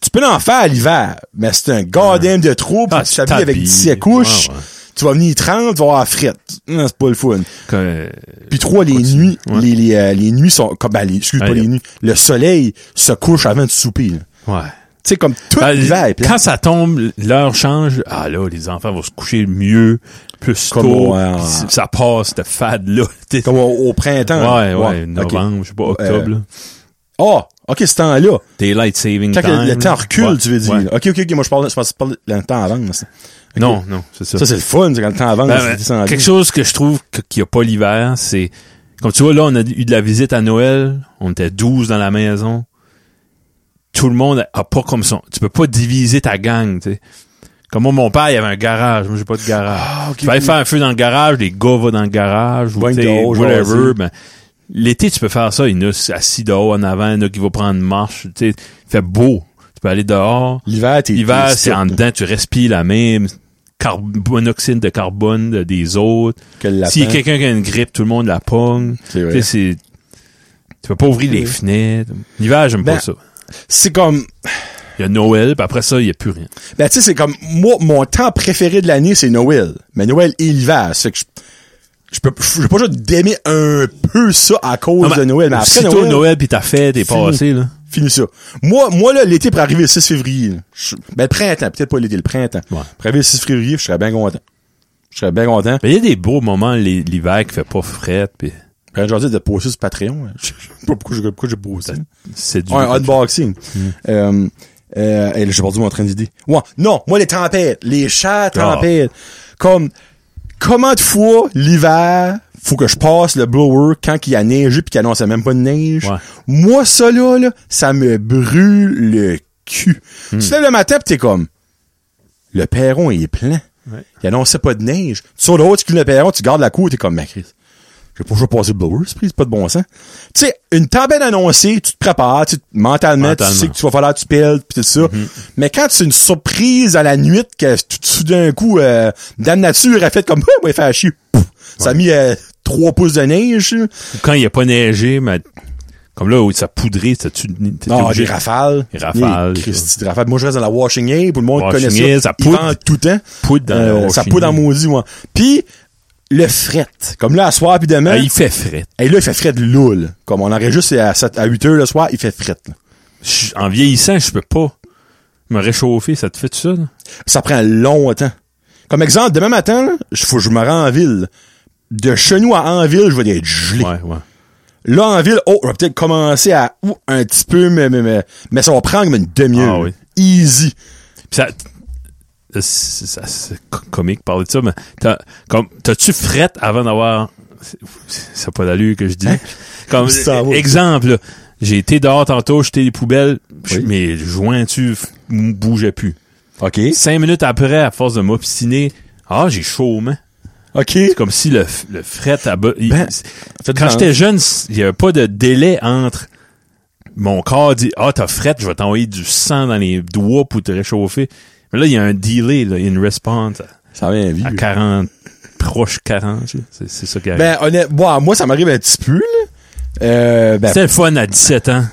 Speaker 1: Tu peux en faire l'hiver, mais c'est un goddamn de trop, puis
Speaker 2: Ah,
Speaker 1: tu
Speaker 2: tu
Speaker 1: t'habilles avec
Speaker 2: t'habilles.
Speaker 1: 17 couches,
Speaker 2: Ouais, ouais.
Speaker 1: tu vas venir 30, tu vas avoir frette. Hum, c'est pas le fun.
Speaker 2: Quand, euh,
Speaker 1: Puis trois, les nuits,
Speaker 2: Ouais.
Speaker 1: les, les, euh, les nuits sont, comme, ben, les, excuse pas
Speaker 2: Ouais.
Speaker 1: les nuits, le soleil se couche avant de souper, là.
Speaker 2: ouais.
Speaker 1: Tu sais, comme tout
Speaker 2: Ben,
Speaker 1: l'hiver est plat.
Speaker 2: quand ça tombe, l'heure change. Ah là, les enfants vont se coucher mieux, plus
Speaker 1: Comme
Speaker 2: tôt.
Speaker 1: au, euh,
Speaker 2: puis c- ça passe, cette fade-là. T'es-
Speaker 1: Comme hein. au, au printemps.
Speaker 2: ouais, ouais,
Speaker 1: ok.
Speaker 2: novembre, je sais pas, octobre.
Speaker 1: Euh,
Speaker 2: là.
Speaker 1: Ah, ok, ce temps-là.
Speaker 2: Daylight saving
Speaker 1: Quand
Speaker 2: time.
Speaker 1: le, le temps
Speaker 2: là.
Speaker 1: recule,
Speaker 2: Ouais,
Speaker 1: tu veux dire.
Speaker 2: ouais.
Speaker 1: Ok, ok, ok, moi je parle, je pense que tu parles le temps avance. Ok.
Speaker 2: Non, non, c'est ça.
Speaker 1: Ça, c'est le fun, c'est quand le temps avance.
Speaker 2: Ben,
Speaker 1: c'est-
Speaker 2: ben,
Speaker 1: c'est en
Speaker 2: quelque
Speaker 1: vie.
Speaker 2: chose que je trouve que- qu'il n'y a pas l'hiver, c'est... Comme tu vois, là, on a eu de la visite à Noël. On était 12 dans la maison. Tout le monde a pas comme ça. Tu peux pas diviser ta gang, tu sais. Comme moi, mon père, il avait un garage. Moi, j'ai pas de garage.
Speaker 1: Ah, ok,
Speaker 2: Il fallait
Speaker 1: ok.
Speaker 2: faire un feu dans le garage. Les gars vont dans le garage. Ou,
Speaker 1: Pointe
Speaker 2: tu sais,
Speaker 1: dehors, genre,
Speaker 2: whatever.
Speaker 1: c'est-
Speaker 2: Ben, L'été, tu peux faire ça. Il y en a assis dehors en avant. Il y en a qui vont prendre une marche. Tu sais, il fait beau. Tu peux aller dehors.
Speaker 1: L'hiver, t'es.
Speaker 2: L'hiver,
Speaker 1: t'es-
Speaker 2: c'est en dedans, tu respires la même car- monoxyde de carbone de- des autres.
Speaker 1: Que le lapin.
Speaker 2: Si quelqu'un qui a une grippe, tout le monde la pogne.
Speaker 1: C'est vrai.
Speaker 2: Tu sais, c'est- tu peux pas ouvrir les fenêtres. L'hiver, j'aime
Speaker 1: Ben-
Speaker 2: pas ça.
Speaker 1: C'est comme.
Speaker 2: Il y a Noël, puis après ça, il y a plus rien.
Speaker 1: Ben, tu sais, c'est comme. Moi, mon temps préféré de l'année, c'est Noël. Mais Noël et l'hiver. C'est que je. Je peux, je peux pas juste d'aimer un peu ça à cause de Noël. Mais après
Speaker 2: Noël,
Speaker 1: Noël,
Speaker 2: Noël puis ta fête est
Speaker 1: Fini.
Speaker 2: passée, là.
Speaker 1: finis ça. Moi, moi là, l'été pour arriver le 6 février. là, je- ben, le printemps, peut-être pas l'été, le printemps.
Speaker 2: Ouais.
Speaker 1: Pour arriver le 6 février, je serais bien content. Je serais bien content.
Speaker 2: Mais il y a des beaux moments l'hi- l'hiver qui fait pas fret, puis
Speaker 1: Quand j'ai dit de poster sur Patreon, hein, je sais pas pourquoi j'ai pourquoi j'ai posté.
Speaker 2: c'est du... Hmm.
Speaker 1: Ouais, ah, un unboxing. Euh, euh, et là, j'ai perdu mon train d'idée. Ouais, non, moi, les tempêtes, les
Speaker 2: Ah.
Speaker 1: chats tempêtes. Comme, comment de fois, l'hiver, faut que je passe le blower quand il a neigé puis qu'il annonçait même pas de neige.
Speaker 2: Ouais.
Speaker 1: Moi, ça là, là, ça me brûle le cul.
Speaker 2: Hmm.
Speaker 1: Tu te lèves le matin pis t'es comme, le perron, il est plein.
Speaker 2: Ouais.
Speaker 1: Il annonçait pas de neige. Tu sors dehors, tu cules le perron, tu gardes la cour, t'es comme, ma crise. J'ai pas toujours passé le blower, c'est pris, c'est pas de bon sens. Tu sais, une tempête annoncée, tu te prépares, tu, mentalement, tu sais
Speaker 2: Mentalement. Mhm.
Speaker 1: que tu vas falloir que tu pèles pis tout ça. Mais quand c'est une surprise à la nuit que tout tout d'un coup, euh, Dame Nature a fait comme, ah, moi, il fait chier. Pouf! Ça a mis euh, trois pouces de neige. là.
Speaker 2: Ou Quand il y a pas neigé, mais... Comme là, où ça poudré, t'as-tu... t'es
Speaker 1: Non,
Speaker 2: obligé-
Speaker 1: des rafales.
Speaker 2: Des rafales,
Speaker 1: Des
Speaker 2: des
Speaker 1: Christy de rafales. Moi, je reste dans la washing air. Pour le monde
Speaker 2: Washing
Speaker 1: connaît
Speaker 2: Air,
Speaker 1: ça.
Speaker 2: ça
Speaker 1: Ils
Speaker 2: poudre.
Speaker 1: vendent tout le temps.
Speaker 2: Poudre dans la
Speaker 1: Euh, Ça
Speaker 2: washing
Speaker 1: poudre en
Speaker 2: air.
Speaker 1: maudit, ouais. Puis, le fret. Comme là, à soir puis demain.
Speaker 2: Ah, il fait fret.
Speaker 1: Et là, il fait fret loul. Comme on enregistre à, 7 à 8 heures le soir, il fait fret. là.
Speaker 2: Je- en vieillissant, je peux pas me réchauffer. Ça te fait tout ça? là?
Speaker 1: Ça prend longtemps. Comme exemple, demain matin, là, je- faut que je me rends en ville. De chez nous à Anville, je vais être gelé.
Speaker 2: Ouais, ouais.
Speaker 1: Là, en ville, oh, on va peut-être commencer à ouh, un petit peu, mais, mais, mais, mais ça va prendre comme une demi-heure.
Speaker 2: Ah oui.
Speaker 1: Easy.
Speaker 2: Puis ça, euh, c'est- ça- c'est co- comique de parler de ça, mais t'as, comme, t'as-tu frette avant d'avoir, c'est- ça a pas d'allure que je dis. Comme,
Speaker 1: Ça va.
Speaker 2: exemple, là, j'ai été dehors tantôt, jeté les poubelles, je-
Speaker 1: Oui.
Speaker 2: mes jointures f- m- bougeaient plus.
Speaker 1: OK.
Speaker 2: Cinq minutes après, à force de m'obstiner, ah, j'ai chaud, man.
Speaker 1: OK.
Speaker 2: C'est comme si le, f- le fret à bas- il-
Speaker 1: Ben,
Speaker 2: c'est-
Speaker 1: faites
Speaker 2: quand
Speaker 1: sens.
Speaker 2: j'étais jeune, c- il n'y avait pas de délai entre mon corps dit Ah, t'as fret, je vais t'envoyer du sang dans les doigts pour te réchauffer. Mais là, il y a un delay, là, il y a une response à-
Speaker 1: Ça vient
Speaker 2: à,
Speaker 1: vite.
Speaker 2: 40, proche 40. là. C'est c'est ça qui arrive.
Speaker 1: Ben, honnêtement, moi, ça m'arrive un petit peu, là. Euh, ben,
Speaker 2: C'était le fun à 17 ans.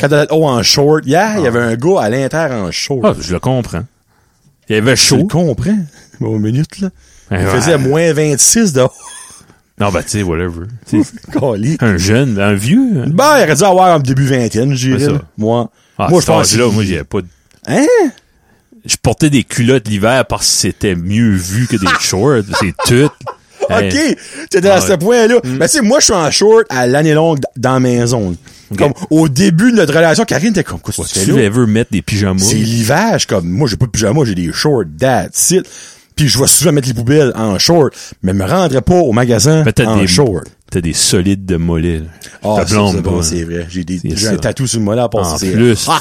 Speaker 1: quand t'as oh, en short, hier, il y avait un gars à l'inter en short.
Speaker 2: Ah, je le comprends. Il y avait
Speaker 1: Tu le
Speaker 2: chaud. Ben,
Speaker 1: comprends? Bon, minute, là. Il
Speaker 2: Ah. Ouais.
Speaker 1: faisait moins 26 dehors.
Speaker 2: Non, bah, tu sais, whatever. Tu sais,
Speaker 1: Calique.
Speaker 2: un jeune, un vieux. hein.
Speaker 1: Ben, il aurait dû avoir en début vingtaine, je
Speaker 2: C'est
Speaker 1: dirais.
Speaker 2: ça.
Speaker 1: là. Moi,
Speaker 2: Ah,
Speaker 1: moi
Speaker 2: moi,
Speaker 1: je pense.
Speaker 2: là moi, j'avais pas de-
Speaker 1: Hein?
Speaker 2: Je portais des culottes l'hiver parce que c'était mieux vu que des shorts. C'est tout. Hey,
Speaker 1: OK, t'étais à
Speaker 2: Ah,
Speaker 1: ce
Speaker 2: ouais.
Speaker 1: point-là. Mais tu sais, moi, je suis en short à l'année longue d- dans la maison. Comme au début de notre relation, Karine était comme, quoi, tu fais
Speaker 2: tu
Speaker 1: là?
Speaker 2: veux mettre des pyjamas?
Speaker 1: C'est l'hiver, je suis comme, moi, j'ai pas de pyjama, j'ai des shorts, that's it. Puis je vais souvent mettre les poubelles en short, mais je me rendrais pas au magasin
Speaker 2: Peut-être
Speaker 1: en
Speaker 2: des
Speaker 1: short.
Speaker 2: T'as des solides de mollets. là.
Speaker 1: Ah,
Speaker 2: Je te
Speaker 1: ça,
Speaker 2: blâme
Speaker 1: c'est
Speaker 2: pas,
Speaker 1: bon,
Speaker 2: hein.
Speaker 1: c'est vrai. J'ai des,
Speaker 2: C'est
Speaker 1: j'ai un
Speaker 2: ça.
Speaker 1: tatou sur moi là, pour
Speaker 2: En plus.
Speaker 1: Ah!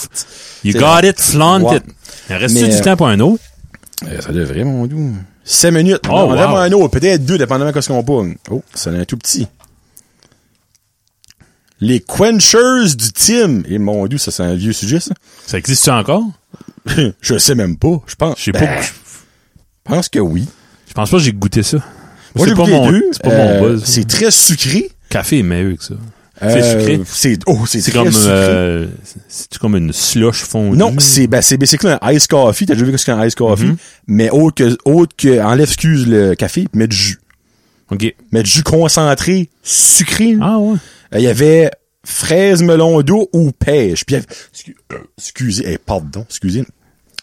Speaker 2: You
Speaker 1: C'est
Speaker 2: got
Speaker 1: vrai.
Speaker 2: it, flaunt
Speaker 1: Ouais.
Speaker 2: it. Il reste
Speaker 1: Mais,
Speaker 2: du
Speaker 1: euh,
Speaker 2: temps pour un autre?
Speaker 1: ça devrait, mon doux. 5 minutes.
Speaker 2: Oh,
Speaker 1: on en
Speaker 2: wow.
Speaker 1: a un autre, peut-être deux, dépendamment de ce qu'on pogne. Oh, ça en a un tout petit. Les quenchers du team. Et mon dieu, ça c'est un vieux sujet, ça.
Speaker 2: Ça existe-tu encore?
Speaker 1: je sais même pas, je pense.
Speaker 2: Je sais
Speaker 1: Ben,
Speaker 2: pas. Je-
Speaker 1: Je pense que oui.
Speaker 2: Je pense pas que j'ai goûté ça.
Speaker 1: Moi, j'ai
Speaker 2: c'est pas,
Speaker 1: goûté les
Speaker 2: mon,
Speaker 1: deux.
Speaker 2: c'est pas
Speaker 1: Euh,
Speaker 2: mon buzz.
Speaker 1: C'est très sucré.
Speaker 2: Café est meilleur que ça.
Speaker 1: Euh,
Speaker 2: c'est sucré.
Speaker 1: C'est, oh, c'est,
Speaker 2: C'est
Speaker 1: très
Speaker 2: comme,
Speaker 1: sucré.
Speaker 2: euh, c'est comme une slush fondue.
Speaker 1: Non, c'est ben, c'est basically un ice coffee. T'as déjà vu ce qu'est un ice coffee?
Speaker 2: Mm-hmm.
Speaker 1: Mais autre que, autre que, enlève, excuse, le café, mais du jus.
Speaker 2: OK.
Speaker 1: Mais du jus concentré, sucré. là.
Speaker 2: Ah ouais.
Speaker 1: Euh, Il y avait fraise, melon d'eau ou pêche. Puis il y avait- excu- euh, excusez, eh, pardon, excusez.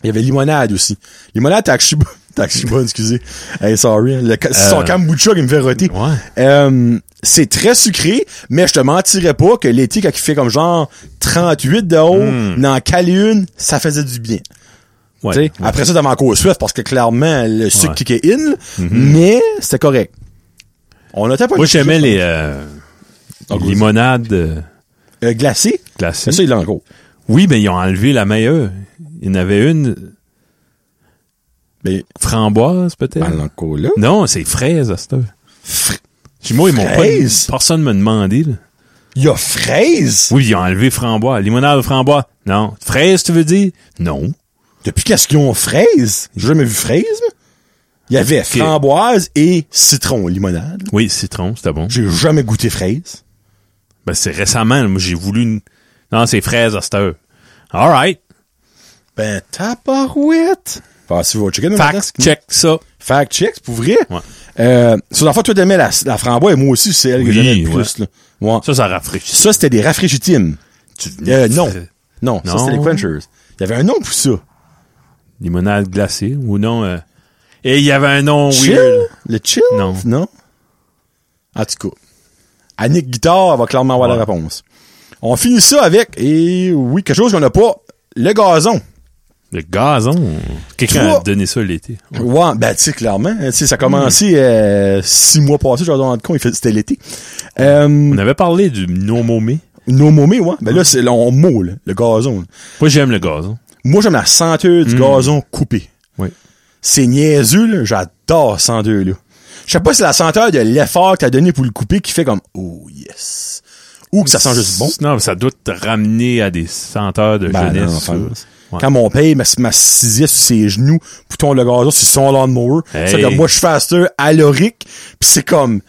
Speaker 1: Il y avait limonade aussi. Limonade, t'as que je suis bon- t'as que je suis bon, excusez. Hey, sorry. hein. Le, ca- c'est son
Speaker 2: Euh.
Speaker 1: kombucha qui me fait roter.
Speaker 2: Ouais.
Speaker 1: Euh, c'est très sucré, mais je te mentirais pas que l'été, quand il fait comme genre 38 de haut,
Speaker 2: Mm.
Speaker 1: n'en caler une, ça faisait du bien.
Speaker 2: Ouais.
Speaker 1: T'sais, Après ça, t'avais encore Swift parce que clairement, le sucre kickait in, mais c'était correct. On n'était pas
Speaker 2: Mhm. Moi,
Speaker 1: du sucre,
Speaker 2: j'aimais les, euh,
Speaker 1: Ah,
Speaker 2: les
Speaker 1: vas-y.
Speaker 2: limonades euh,
Speaker 1: euh, glacé.
Speaker 2: glacées.
Speaker 1: Ça, il l'a encore.
Speaker 2: Oui, mais ils ont enlevé la meilleure. Il y en avait une
Speaker 1: Mais,
Speaker 2: framboise, peut-être.
Speaker 1: ben, il l'a encore là.
Speaker 2: non, c'est fraise, à cette heure. Puis Moi, ils m'ont pas...
Speaker 1: Fraise?
Speaker 2: Personne m'a demandé, là.
Speaker 1: Il y a fraise.
Speaker 2: Oui, ils ont enlevé framboise. Limonade aux framboise. Non. Fraise, tu veux dire? Non.
Speaker 1: Depuis qu'est-ce qu'ils ont fraise? J'ai jamais vu fraise, moi. Il y avait framboise et citron limonade.
Speaker 2: Oui, citron, c'était bon.
Speaker 1: J'ai jamais goûté fraise.
Speaker 2: Ben, c'est récemment, là, moi, j'ai voulu une... Non, c'est fraise à cette heure. All right.
Speaker 1: Ben, taparouette. Enfin, si vous checker dans le
Speaker 2: Fact,
Speaker 1: desk.
Speaker 2: check ça.
Speaker 1: Fact check, c'est pour vrai.
Speaker 2: Ouais.
Speaker 1: Euh, sur la fois, toi, t'aimais la, la framboise, moi aussi, c'est elle que
Speaker 2: Oui,
Speaker 1: j'aimais le
Speaker 2: ouais.
Speaker 1: plus, là. Ouais.
Speaker 2: Ça, ça rafraîchit.
Speaker 1: Ça, c'était des rafraîchitimes. Euh, non. Non, ça,
Speaker 2: Non.
Speaker 1: c'était les quenchers. Il y avait un nom pour ça.
Speaker 2: Limonade glacée, ou non. euh, Et il y avait un nom
Speaker 1: Chill?
Speaker 2: weird.
Speaker 1: Le chill?
Speaker 2: Non.
Speaker 1: Non? En tout cas. Annick Guitard va clairement avoir
Speaker 2: Ouais.
Speaker 1: la réponse. On finit ça avec, et oui, quelque chose qu'on n'a pas, le gazon.
Speaker 2: Le gazon. Quelqu'un
Speaker 1: Trois.
Speaker 2: a donné ça l'été.
Speaker 1: Ouais, ben tu sais, clairement. hein, Tu sais, ça a
Speaker 2: Hmm.
Speaker 1: commencé euh, six mois passés, je vais rendre compte, il fait- c'était l'été. Euh,
Speaker 2: On avait parlé du nomomé.
Speaker 1: nos momés, ouais. Ben là, c'est là, on moule, le gazon. là.
Speaker 2: Moi, j'aime le gazon.
Speaker 1: Moi, j'aime la senteur du gazon coupé.
Speaker 2: Mm. Oui.
Speaker 1: C'est niaiseux, là. J'adore ce senteur, là. Je sais pas si c'est la senteur de l'effort que t'as donné pour le couper qui fait comme, oh yes. Ou que ça sent juste bon.
Speaker 2: Non, mais ça doit te ramener à des senteurs de
Speaker 1: Ben, non,
Speaker 2: jeunesse.
Speaker 1: enfin,
Speaker 2: ou- Ouais.
Speaker 1: Quand mon père m'a ma sur ses genoux, pouton le gazon sur son lawnmower,
Speaker 2: Hey.
Speaker 1: c'est comme moi je fais à cette heure à l'oric, pis c'est comme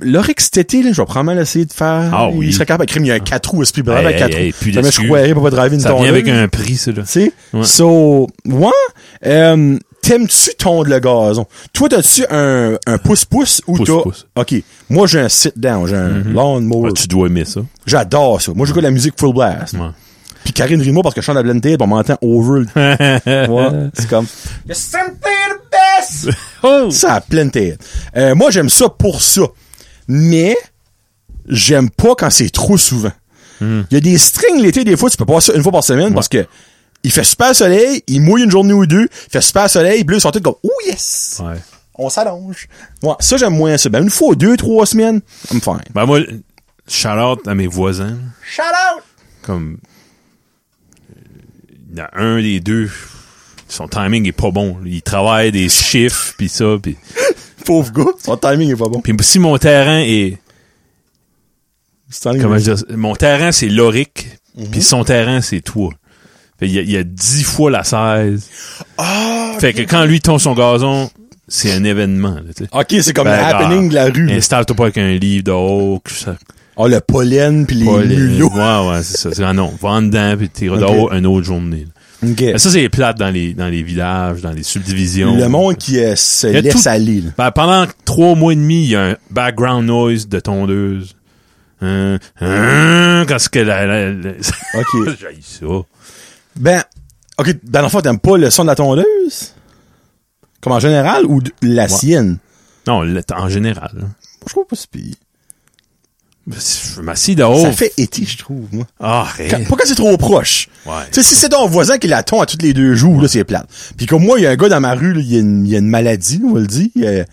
Speaker 1: l'oric cet été, là, je vais probablement essayer de faire.
Speaker 2: Ah oui.
Speaker 1: Il serait capable de crime, il y a un 4 roues, esprit, bravo,
Speaker 2: Hey,
Speaker 1: un 4
Speaker 2: hey, hey,
Speaker 1: roues.
Speaker 2: plus
Speaker 1: Jamais je
Speaker 2: d'excuses.
Speaker 1: croirais pour pas driver une
Speaker 2: ça vient
Speaker 1: tondeuse.
Speaker 2: avec un prix, ça, là.
Speaker 1: Tu sais?
Speaker 2: Ouais.
Speaker 1: So, ouais, euh, t'aimes-tu tondre le gazon? Toi, t'as-tu un, un pouce-pouce ou t'as...
Speaker 2: Pouce-pouce.
Speaker 1: OK. Moi, j'ai un sit-down, j'ai un lawnmower.
Speaker 2: Ah, tu dois aimer ça.
Speaker 1: J'adore ça. Moi, j'écoute la musique full blast.
Speaker 2: Ouais.
Speaker 1: Puis Karine Rimo, parce que je chante la blend tape, on m'entend over le... Ouais, c'est comme...
Speaker 3: There's something best.
Speaker 2: Oh!
Speaker 1: Ça a pleine tête. Euh, moi, j'aime ça pour ça. Mais, j'aime pas quand c'est trop souvent. Il
Speaker 2: Hmm.
Speaker 1: y a des strings l'été, des fois, tu peux passer ça une fois par semaine parce que il fait super soleil, il mouille une journée ou deux, il fait super soleil, puis là, ils sont tous comme, oh yes!
Speaker 2: Ouais.
Speaker 1: On s'allonge. Moi, ça, j'aime moins ça. Ben, une fois, deux, trois semaines, I'm fine.
Speaker 2: Ben, moi, shout-out à mes voisins.
Speaker 3: Shout out.
Speaker 2: Comme... euh, Il y en a un des deux... Son timing est pas bon. Il travaille des chiffres, puis ça, puis...
Speaker 1: Pauvre gars, son timing est pas bon.
Speaker 2: Puis si mon terrain est...
Speaker 1: C'est en ligne.
Speaker 2: Comment je dis ça? Mon terrain, c'est l'oric,
Speaker 1: Mhm.
Speaker 2: puis son terrain, c'est toi. Fait, il y a- il y a dix fois la 16.
Speaker 1: Ah,
Speaker 2: fait que quand lui tombe son gazon, c'est un événement. là, tu sais.
Speaker 1: Ok, c'est comme
Speaker 2: Ben,
Speaker 1: le
Speaker 2: gars,
Speaker 1: Ah, happening de la rue. là.
Speaker 2: Installe-toi pas avec un livre de haut. que ça-
Speaker 1: Ah, le pollen puis les
Speaker 2: Pas les-
Speaker 1: mulots.
Speaker 2: Ouais, ouais, c'est ça. C'est, ah non, va en dedans, puis t'es
Speaker 1: Ok.
Speaker 2: dehors une autre journée. là.
Speaker 1: OK.
Speaker 2: Mais ça, c'est plate dans les, dans les villages, dans les subdivisions.
Speaker 1: Le monde qui euh, se
Speaker 2: y a
Speaker 1: laisse
Speaker 2: tout-
Speaker 1: aller. là.
Speaker 2: Ben, pendant trois mois et demi, il y a un background noise de tondeuse. Hein, hein, quand ce que la... la- la-
Speaker 1: OK.
Speaker 2: J'haïs ça.
Speaker 1: ben, OK, dans l'enfant, t'aimes pas le son de la tondeuse? Comme en général ou de- la sienne?
Speaker 2: Non, le- en général. là.
Speaker 1: Je trouve pas si pire.
Speaker 2: Je m'assis dehors.
Speaker 1: Ça fait été, je trouve, moi. Eh.
Speaker 2: Ah,
Speaker 1: Oh. Quand-
Speaker 2: arrête.
Speaker 1: pas quand c'est trop proche.
Speaker 2: Ouais.
Speaker 1: Tu sais, si c'est ton voisin qui la tombe à tous les deux jours, là, c'est plate. Puis comme moi, il y a un gars dans ma rue, là, il y, a une- il y a une maladie, on va le dire. il y a-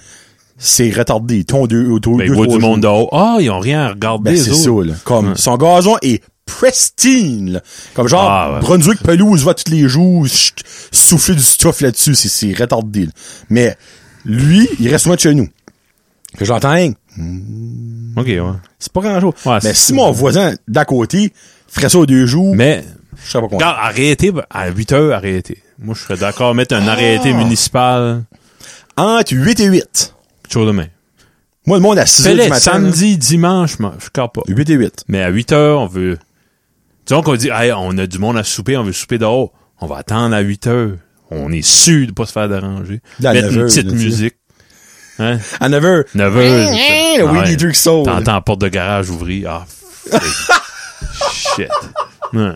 Speaker 1: C'est retardé. Il tombe deux, deux,
Speaker 2: Ben,
Speaker 1: deux,
Speaker 2: il
Speaker 1: trois
Speaker 2: voit
Speaker 1: jours.
Speaker 2: du monde dehors. Ah, ils ont rien à regarder.
Speaker 1: Ben,
Speaker 2: eux
Speaker 1: c'est ça,
Speaker 2: autres.
Speaker 1: là. Comme,
Speaker 2: Ouais.
Speaker 1: son gazon est pristine, là. Comme genre,
Speaker 2: Ah, ouais.
Speaker 1: Brunswick pelouse va tous les jours chut, souffler du stuff là-dessus. C'est, c'est retardé, là. Mais, lui, il reste loin de chez nous. Que j'entends, hein,
Speaker 2: OK, ouais.
Speaker 1: c'est pas grand chose.
Speaker 2: Ouais,
Speaker 1: Mais
Speaker 2: c'est-
Speaker 1: si mon voisin d'à côté ferait ça aux deux jours,
Speaker 2: Mais,
Speaker 1: je serais pas content.
Speaker 2: regarde, arrêtez. ben, À 8 heures, arrêtez. Moi, je serais d'accord mettre un arrêté
Speaker 1: Ah.
Speaker 2: municipal.
Speaker 1: Entre 8 et 8.
Speaker 2: quelque chose de même.
Speaker 1: Moi, le monde à 6 heures
Speaker 2: Fais-le
Speaker 1: du matin.
Speaker 2: samedi, dimanche, moi, je ne pas.
Speaker 1: là, 8 et 8.
Speaker 2: Mais à 8 heures, on veut. Disons qu'on dit, hey, on a du monde à souper, on veut souper dehors. On va attendre à 8 heures. On est sûr de pas se faire déranger.
Speaker 1: Là, à
Speaker 2: Mettre
Speaker 1: 9
Speaker 2: une
Speaker 1: heures,
Speaker 2: petite
Speaker 1: là, tu sais.
Speaker 2: musique. Hein?
Speaker 1: À 9 heures.
Speaker 2: 9 heures.
Speaker 1: Hein, oui, les trucs sautent.
Speaker 2: Ah T'entends la porte de garage ouvrir. Ah, f- shit. Hein. Moi,
Speaker 1: Là,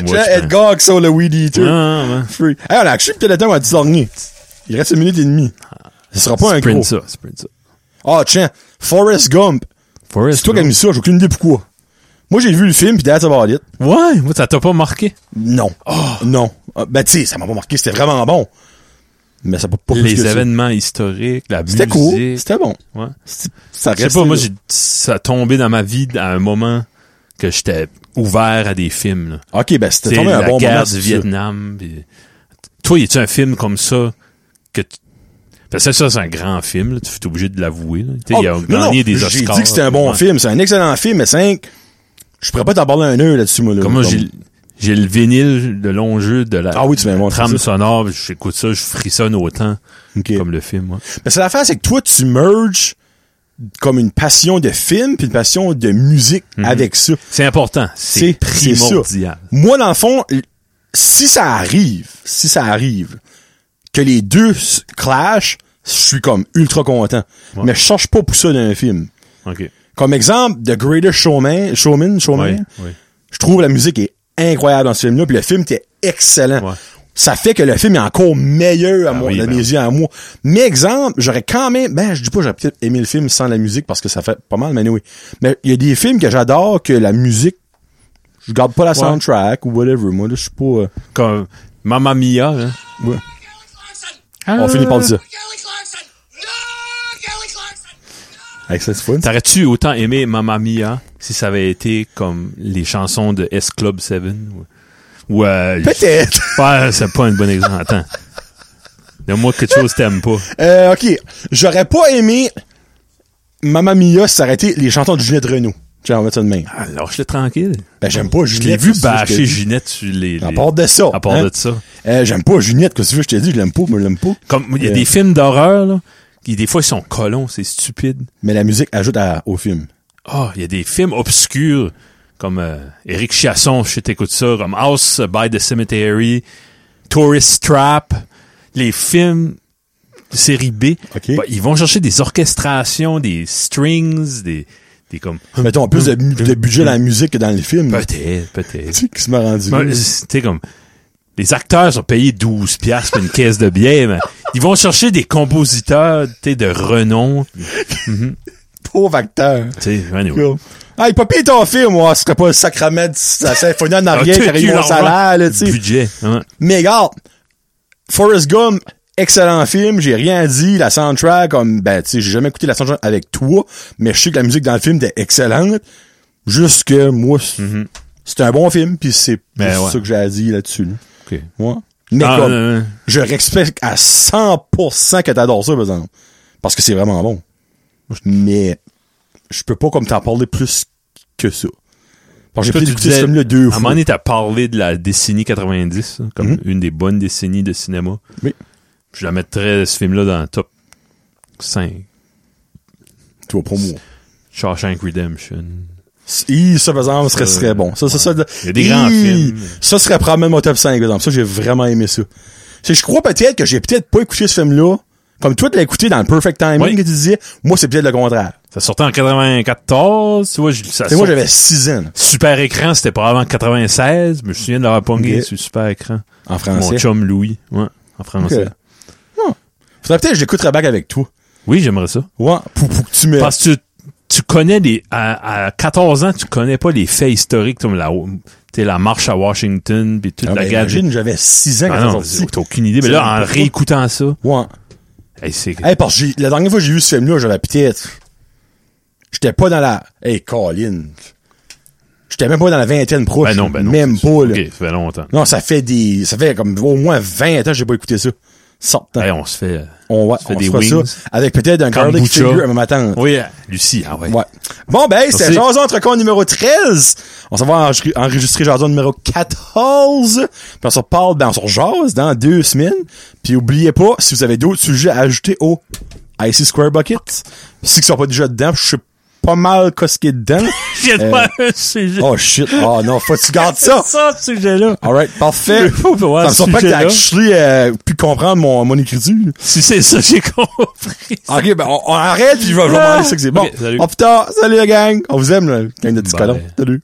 Speaker 2: je prends-
Speaker 1: Edgar qui sort le Weed Eater.
Speaker 2: Ah, ouais.
Speaker 1: Free. Hey, on a acheté peut-être le temps à 10 derniers. Il reste une minute et demie. Ce sera pas un gros.
Speaker 2: Sprint ça, sprint ça.
Speaker 1: Ah, tiens. Forrest Gump.
Speaker 2: Forrest,
Speaker 1: C'est toi qui as
Speaker 2: Gump.
Speaker 1: mis ça. J'ai aucune idée pourquoi. Moi, j'ai vu le film, puis that's about it.
Speaker 2: Ouais, moi, ça t'a pas marqué.
Speaker 1: Non.
Speaker 2: Oh.
Speaker 1: Non. Ah, ben, tu sais, ça m'a pas marqué. C'était vraiment bon. Mais ça m'a pas plus que
Speaker 2: Les
Speaker 1: ça.
Speaker 2: événements historiques, la musique.
Speaker 1: C'était cool. C'était bon.
Speaker 2: Ouais.
Speaker 1: C'est- Ça
Speaker 2: Je sais
Speaker 1: reste.
Speaker 2: pas, moi, j'ai, ça a tombé dans ma vie à un moment que j'étais ouvert à des films. là.
Speaker 1: Ok, ben, c'était
Speaker 2: C'est
Speaker 1: tombé un
Speaker 2: la
Speaker 1: bon
Speaker 2: guerre
Speaker 1: moment.
Speaker 2: du
Speaker 1: c'est ça.
Speaker 2: Vietnam. pis- Toi, y a-tu un film comme ça que tu... Parce que ça, c'est un grand film. là, tu es obligé de l'avouer. là. Tu sais,
Speaker 1: Oh,
Speaker 2: Il a
Speaker 1: non,
Speaker 2: gagné
Speaker 1: non,
Speaker 2: des
Speaker 1: J'ai
Speaker 2: Oscars.
Speaker 1: dit que c'était un bon
Speaker 2: Ouais.
Speaker 1: film. C'est un excellent film, mais 5. Je pourrais pas t'en parler un nœud là-dessus, moi. Là,
Speaker 2: Comme moi, j'ai, j'ai le vinyle, le long jeu de la
Speaker 1: Ah oui, tu m'as montré
Speaker 2: trame
Speaker 1: ça.
Speaker 2: sonore. pis J'écoute ça, je frissonne autant
Speaker 1: Ok.
Speaker 2: comme le film. ouais.
Speaker 1: Mais c'est l'affaire, c'est que toi, tu merges comme une passion de film puis une passion de musique
Speaker 2: Mhm.
Speaker 1: avec ça.
Speaker 2: C'est important. C'est,
Speaker 1: C'est- c'est ça.
Speaker 2: primordial.
Speaker 1: Moi, dans le fond, l- si ça arrive, si ça arrive, que les deux s- clashent, je suis comme ultra content.
Speaker 2: Ouais.
Speaker 1: Mais je cherche pas pour ça d'un film.
Speaker 2: OK.
Speaker 1: Comme exemple, The Greatest Showman, Showman, Showman,
Speaker 2: Ouais, ouais.
Speaker 1: je trouve la musique est incroyable dans ce film-là, puis le film était excellent.
Speaker 2: Ouais.
Speaker 1: Ça fait que le film est encore meilleur à
Speaker 2: Ah
Speaker 1: moi,
Speaker 2: oui,
Speaker 1: à
Speaker 2: ben
Speaker 1: mes yeux, à moi. Mais exemple, j'aurais quand même, ben, je dis pas, j'aurais peut-être aimé le film sans la musique parce que ça fait pas mal, mais oui. Mais il y a des films que j'adore que la musique, je garde pas la soundtrack ou whatever. Moi, là, je suis pas, euh,
Speaker 2: Comme Mamma Mia. hein.
Speaker 1: ouais.
Speaker 4: Kelly Clarkson!
Speaker 2: Ah.
Speaker 1: On finit par le dire.
Speaker 4: Kelly Clarkson! No! Kelly Clarkson!
Speaker 1: Avec cette fois.
Speaker 2: T'aurais-tu autant aimé Mamma Mia si ça avait été comme les chansons de S Club 7 ou, ou, euh,
Speaker 1: Peut-être.
Speaker 2: j'espère que c'est pas un bon exemple. Attends. Donne-moi quelque chose que t'aimes pas.
Speaker 1: Euh, ok. J'aurais pas aimé Mamma Mia s'arrêter les chanteurs de Juliette Renault. Tiens, on va mettre ça de même.
Speaker 2: Ah, Lâche-le tranquille.
Speaker 1: Ben, j'aime pas
Speaker 2: Je
Speaker 1: Juliette.
Speaker 2: l'ai vu
Speaker 1: c'est ça, je te
Speaker 2: bâcher
Speaker 1: dis.
Speaker 2: Ginette sur les. les-
Speaker 1: À part de ça.
Speaker 2: à part
Speaker 1: hein.
Speaker 2: de ça.
Speaker 1: Euh, j'aime pas Junette, que tu veux, je t'ai dit, je l'aime pas, mais je l'aime pas.
Speaker 2: Comme, il y a
Speaker 1: Euh.
Speaker 2: des films d'horreur, là, qui des fois ils sont colons, c'est stupide.
Speaker 1: Mais la musique ajoute à- au film.
Speaker 2: Ah, il y a des films obscurs comme euh, Eric Chiasson, je sais t'écoutes ça, comme House euh, by the Cemetery, Tourist Trap, les films de série B.
Speaker 1: Ok.
Speaker 2: bah, ils vont chercher des orchestrations, des strings, des, des comme...
Speaker 1: Mettons, plus de,
Speaker 2: Hum.
Speaker 1: mu- de budget dans la musique que dans le film.
Speaker 2: Peut-être, peut-être.
Speaker 1: Tu sais, qui se m'a rendu.
Speaker 2: Ben, c'est- Tu sais, comme... Les acteurs sont payés 12 piastres pour une caisse de bière, mais ils vont chercher des compositeurs, tu sais, de renom. Tu
Speaker 1: Pauvre acteur.
Speaker 2: sais, anyway.
Speaker 1: Cool. Hey, papy est en film, moi. Ce serait pas le sacrament de la symphonie
Speaker 2: Ah,
Speaker 1: en arrière qui arrive mon salaire, là, tu sais.
Speaker 2: Budget, hein.
Speaker 1: Mais regarde, Forrest Gump, excellent film, j'ai rien dit, la soundtrack, comme, ben, tu sais, j'ai jamais écouté la soundtrack avec toi, mais je sais que la musique dans le film était excellente. Juste que, moi, c'est c'est un bon film, puis c'est
Speaker 2: Mhm. Ben
Speaker 1: juste
Speaker 2: ouais.
Speaker 1: ça que j'ai à dire là-dessus. là.
Speaker 2: OK.
Speaker 1: Ouais. Mais
Speaker 2: Ah,
Speaker 1: comme,
Speaker 2: euh,
Speaker 1: je respecte à 100% que t'adores ça, par exemple. Parce que c'est vraiment bon. Mais, je peux pas comme t'en parler plus que ça. Parce que j'ai
Speaker 2: Toi,
Speaker 1: peut-être
Speaker 2: tu
Speaker 1: écouté
Speaker 2: disais-
Speaker 1: ce film-là deux
Speaker 2: À
Speaker 1: fois.
Speaker 2: un
Speaker 1: Mhm.
Speaker 2: moment donné, t'as parlé de la décennie 90, hein, comme une des bonnes décennies de cinéma.
Speaker 1: Oui.
Speaker 2: Je la mettrais, ce film-là, dans le top 5.
Speaker 1: Tu vas pas mourir.
Speaker 2: Shawshank Redemption.
Speaker 1: Hi, ça, par exemple, serait,
Speaker 2: Ça,
Speaker 1: serait bon. Ça, ça, ça,
Speaker 2: Il y a des grands
Speaker 1: Hi,
Speaker 2: films.
Speaker 1: Ça serait probablement mon top 5, par exemple. Ça, j'ai vraiment aimé ça. C'est, je crois peut-être que j'ai peut-être pas écouté ce film-là. Comme toi, tu l'as écouté dans le perfect timing
Speaker 2: Oui.
Speaker 1: que tu disais. Moi, c'est peut-être le contraire.
Speaker 2: Ça sortait en 94, tu vois, je- ça
Speaker 1: C'est moi,
Speaker 2: sort-
Speaker 1: j'avais 6 ans, là,
Speaker 2: Super écran, c'était pas avant 96, mais je me souviens de l'avoir pongé
Speaker 1: Ok.
Speaker 2: sur super écran.
Speaker 1: en
Speaker 2: Mon
Speaker 1: français.
Speaker 2: chum Louis, ouais, en français.
Speaker 1: Ok. Faudrait peut-être que je l'écouterais back avec toi.
Speaker 2: Oui, j'aimerais ça.
Speaker 1: Ouais, pour, pour que tu me...
Speaker 2: Parce que tu, tu connais les à, à 14 ans, tu connais pas les faits historiques comme la t'sais, la marche à Washington puis toute
Speaker 1: Ah,
Speaker 2: la
Speaker 1: ben,
Speaker 2: gadget.
Speaker 1: imagine, j'avais 6 ans quand
Speaker 2: Ah
Speaker 1: ça
Speaker 2: non,
Speaker 1: sortit.
Speaker 2: t'as aucune idée,
Speaker 1: C'est
Speaker 2: mais là en
Speaker 1: n'importe quoi.
Speaker 2: réécoutant ça,
Speaker 1: Ouais.
Speaker 2: hey, c'est
Speaker 1: Hey, parce que j'ai- la dernière fois que j'ai vu ce film-là, j'avais peut-être. J'étais pas dans la. Hey, Colin. J'étais même pas dans la vingtaine proche.
Speaker 2: ben non, ben non.
Speaker 1: Même
Speaker 2: c'est-
Speaker 1: pas, là.
Speaker 2: OK, ça fait longtemps.
Speaker 1: Non, ça fait des. Ça fait comme au moins 20 ans que j'ai pas écouté ça. Sortant.
Speaker 2: Hey, on se fait euh,
Speaker 1: on va
Speaker 2: se fait
Speaker 1: on
Speaker 2: des
Speaker 1: se fera
Speaker 2: wings.
Speaker 1: ça avec peut-être un garlic
Speaker 2: Kombucha.
Speaker 1: figure à ma tante.
Speaker 2: Oui, Lucie, ah ouais.
Speaker 1: Ouais. Bon, ben, hey, c'est
Speaker 2: Merci.
Speaker 1: Jason Entrecon numéro 13. On s'en va enregistrer- enregistrer Jason numéro 14. Puis on se reparle, ben, on se rejase dans deux semaines. Puis oubliez pas, si vous avez d'autres sujets à ajouter au IC Square Bucket, ceux qui sont pas déjà dedans, je sais pas mal qu'est-ce qui est dedans.
Speaker 2: J'ai
Speaker 1: Euh,
Speaker 2: pas un sujet.
Speaker 1: oh shit, oh non, faut que tu gardes
Speaker 2: C'est
Speaker 1: ça.
Speaker 2: ça, ce sujet-là.
Speaker 1: Alright, parfait.
Speaker 2: Faut voir
Speaker 1: Ça me
Speaker 2: ce
Speaker 1: surprend que t'aies
Speaker 2: sujet-là.
Speaker 1: actually euh, pu comprendre mon, mon écriture.
Speaker 2: Si c'est ça, j'ai compris.
Speaker 1: Ok, ben on, on arrête, puis je vais je vais demander ça que c'est bon.
Speaker 2: Ok, salut.
Speaker 1: Ah! Au plus tard, salut la gang. On vous aime, la gang de petits
Speaker 2: Bye.
Speaker 1: colons. Salut.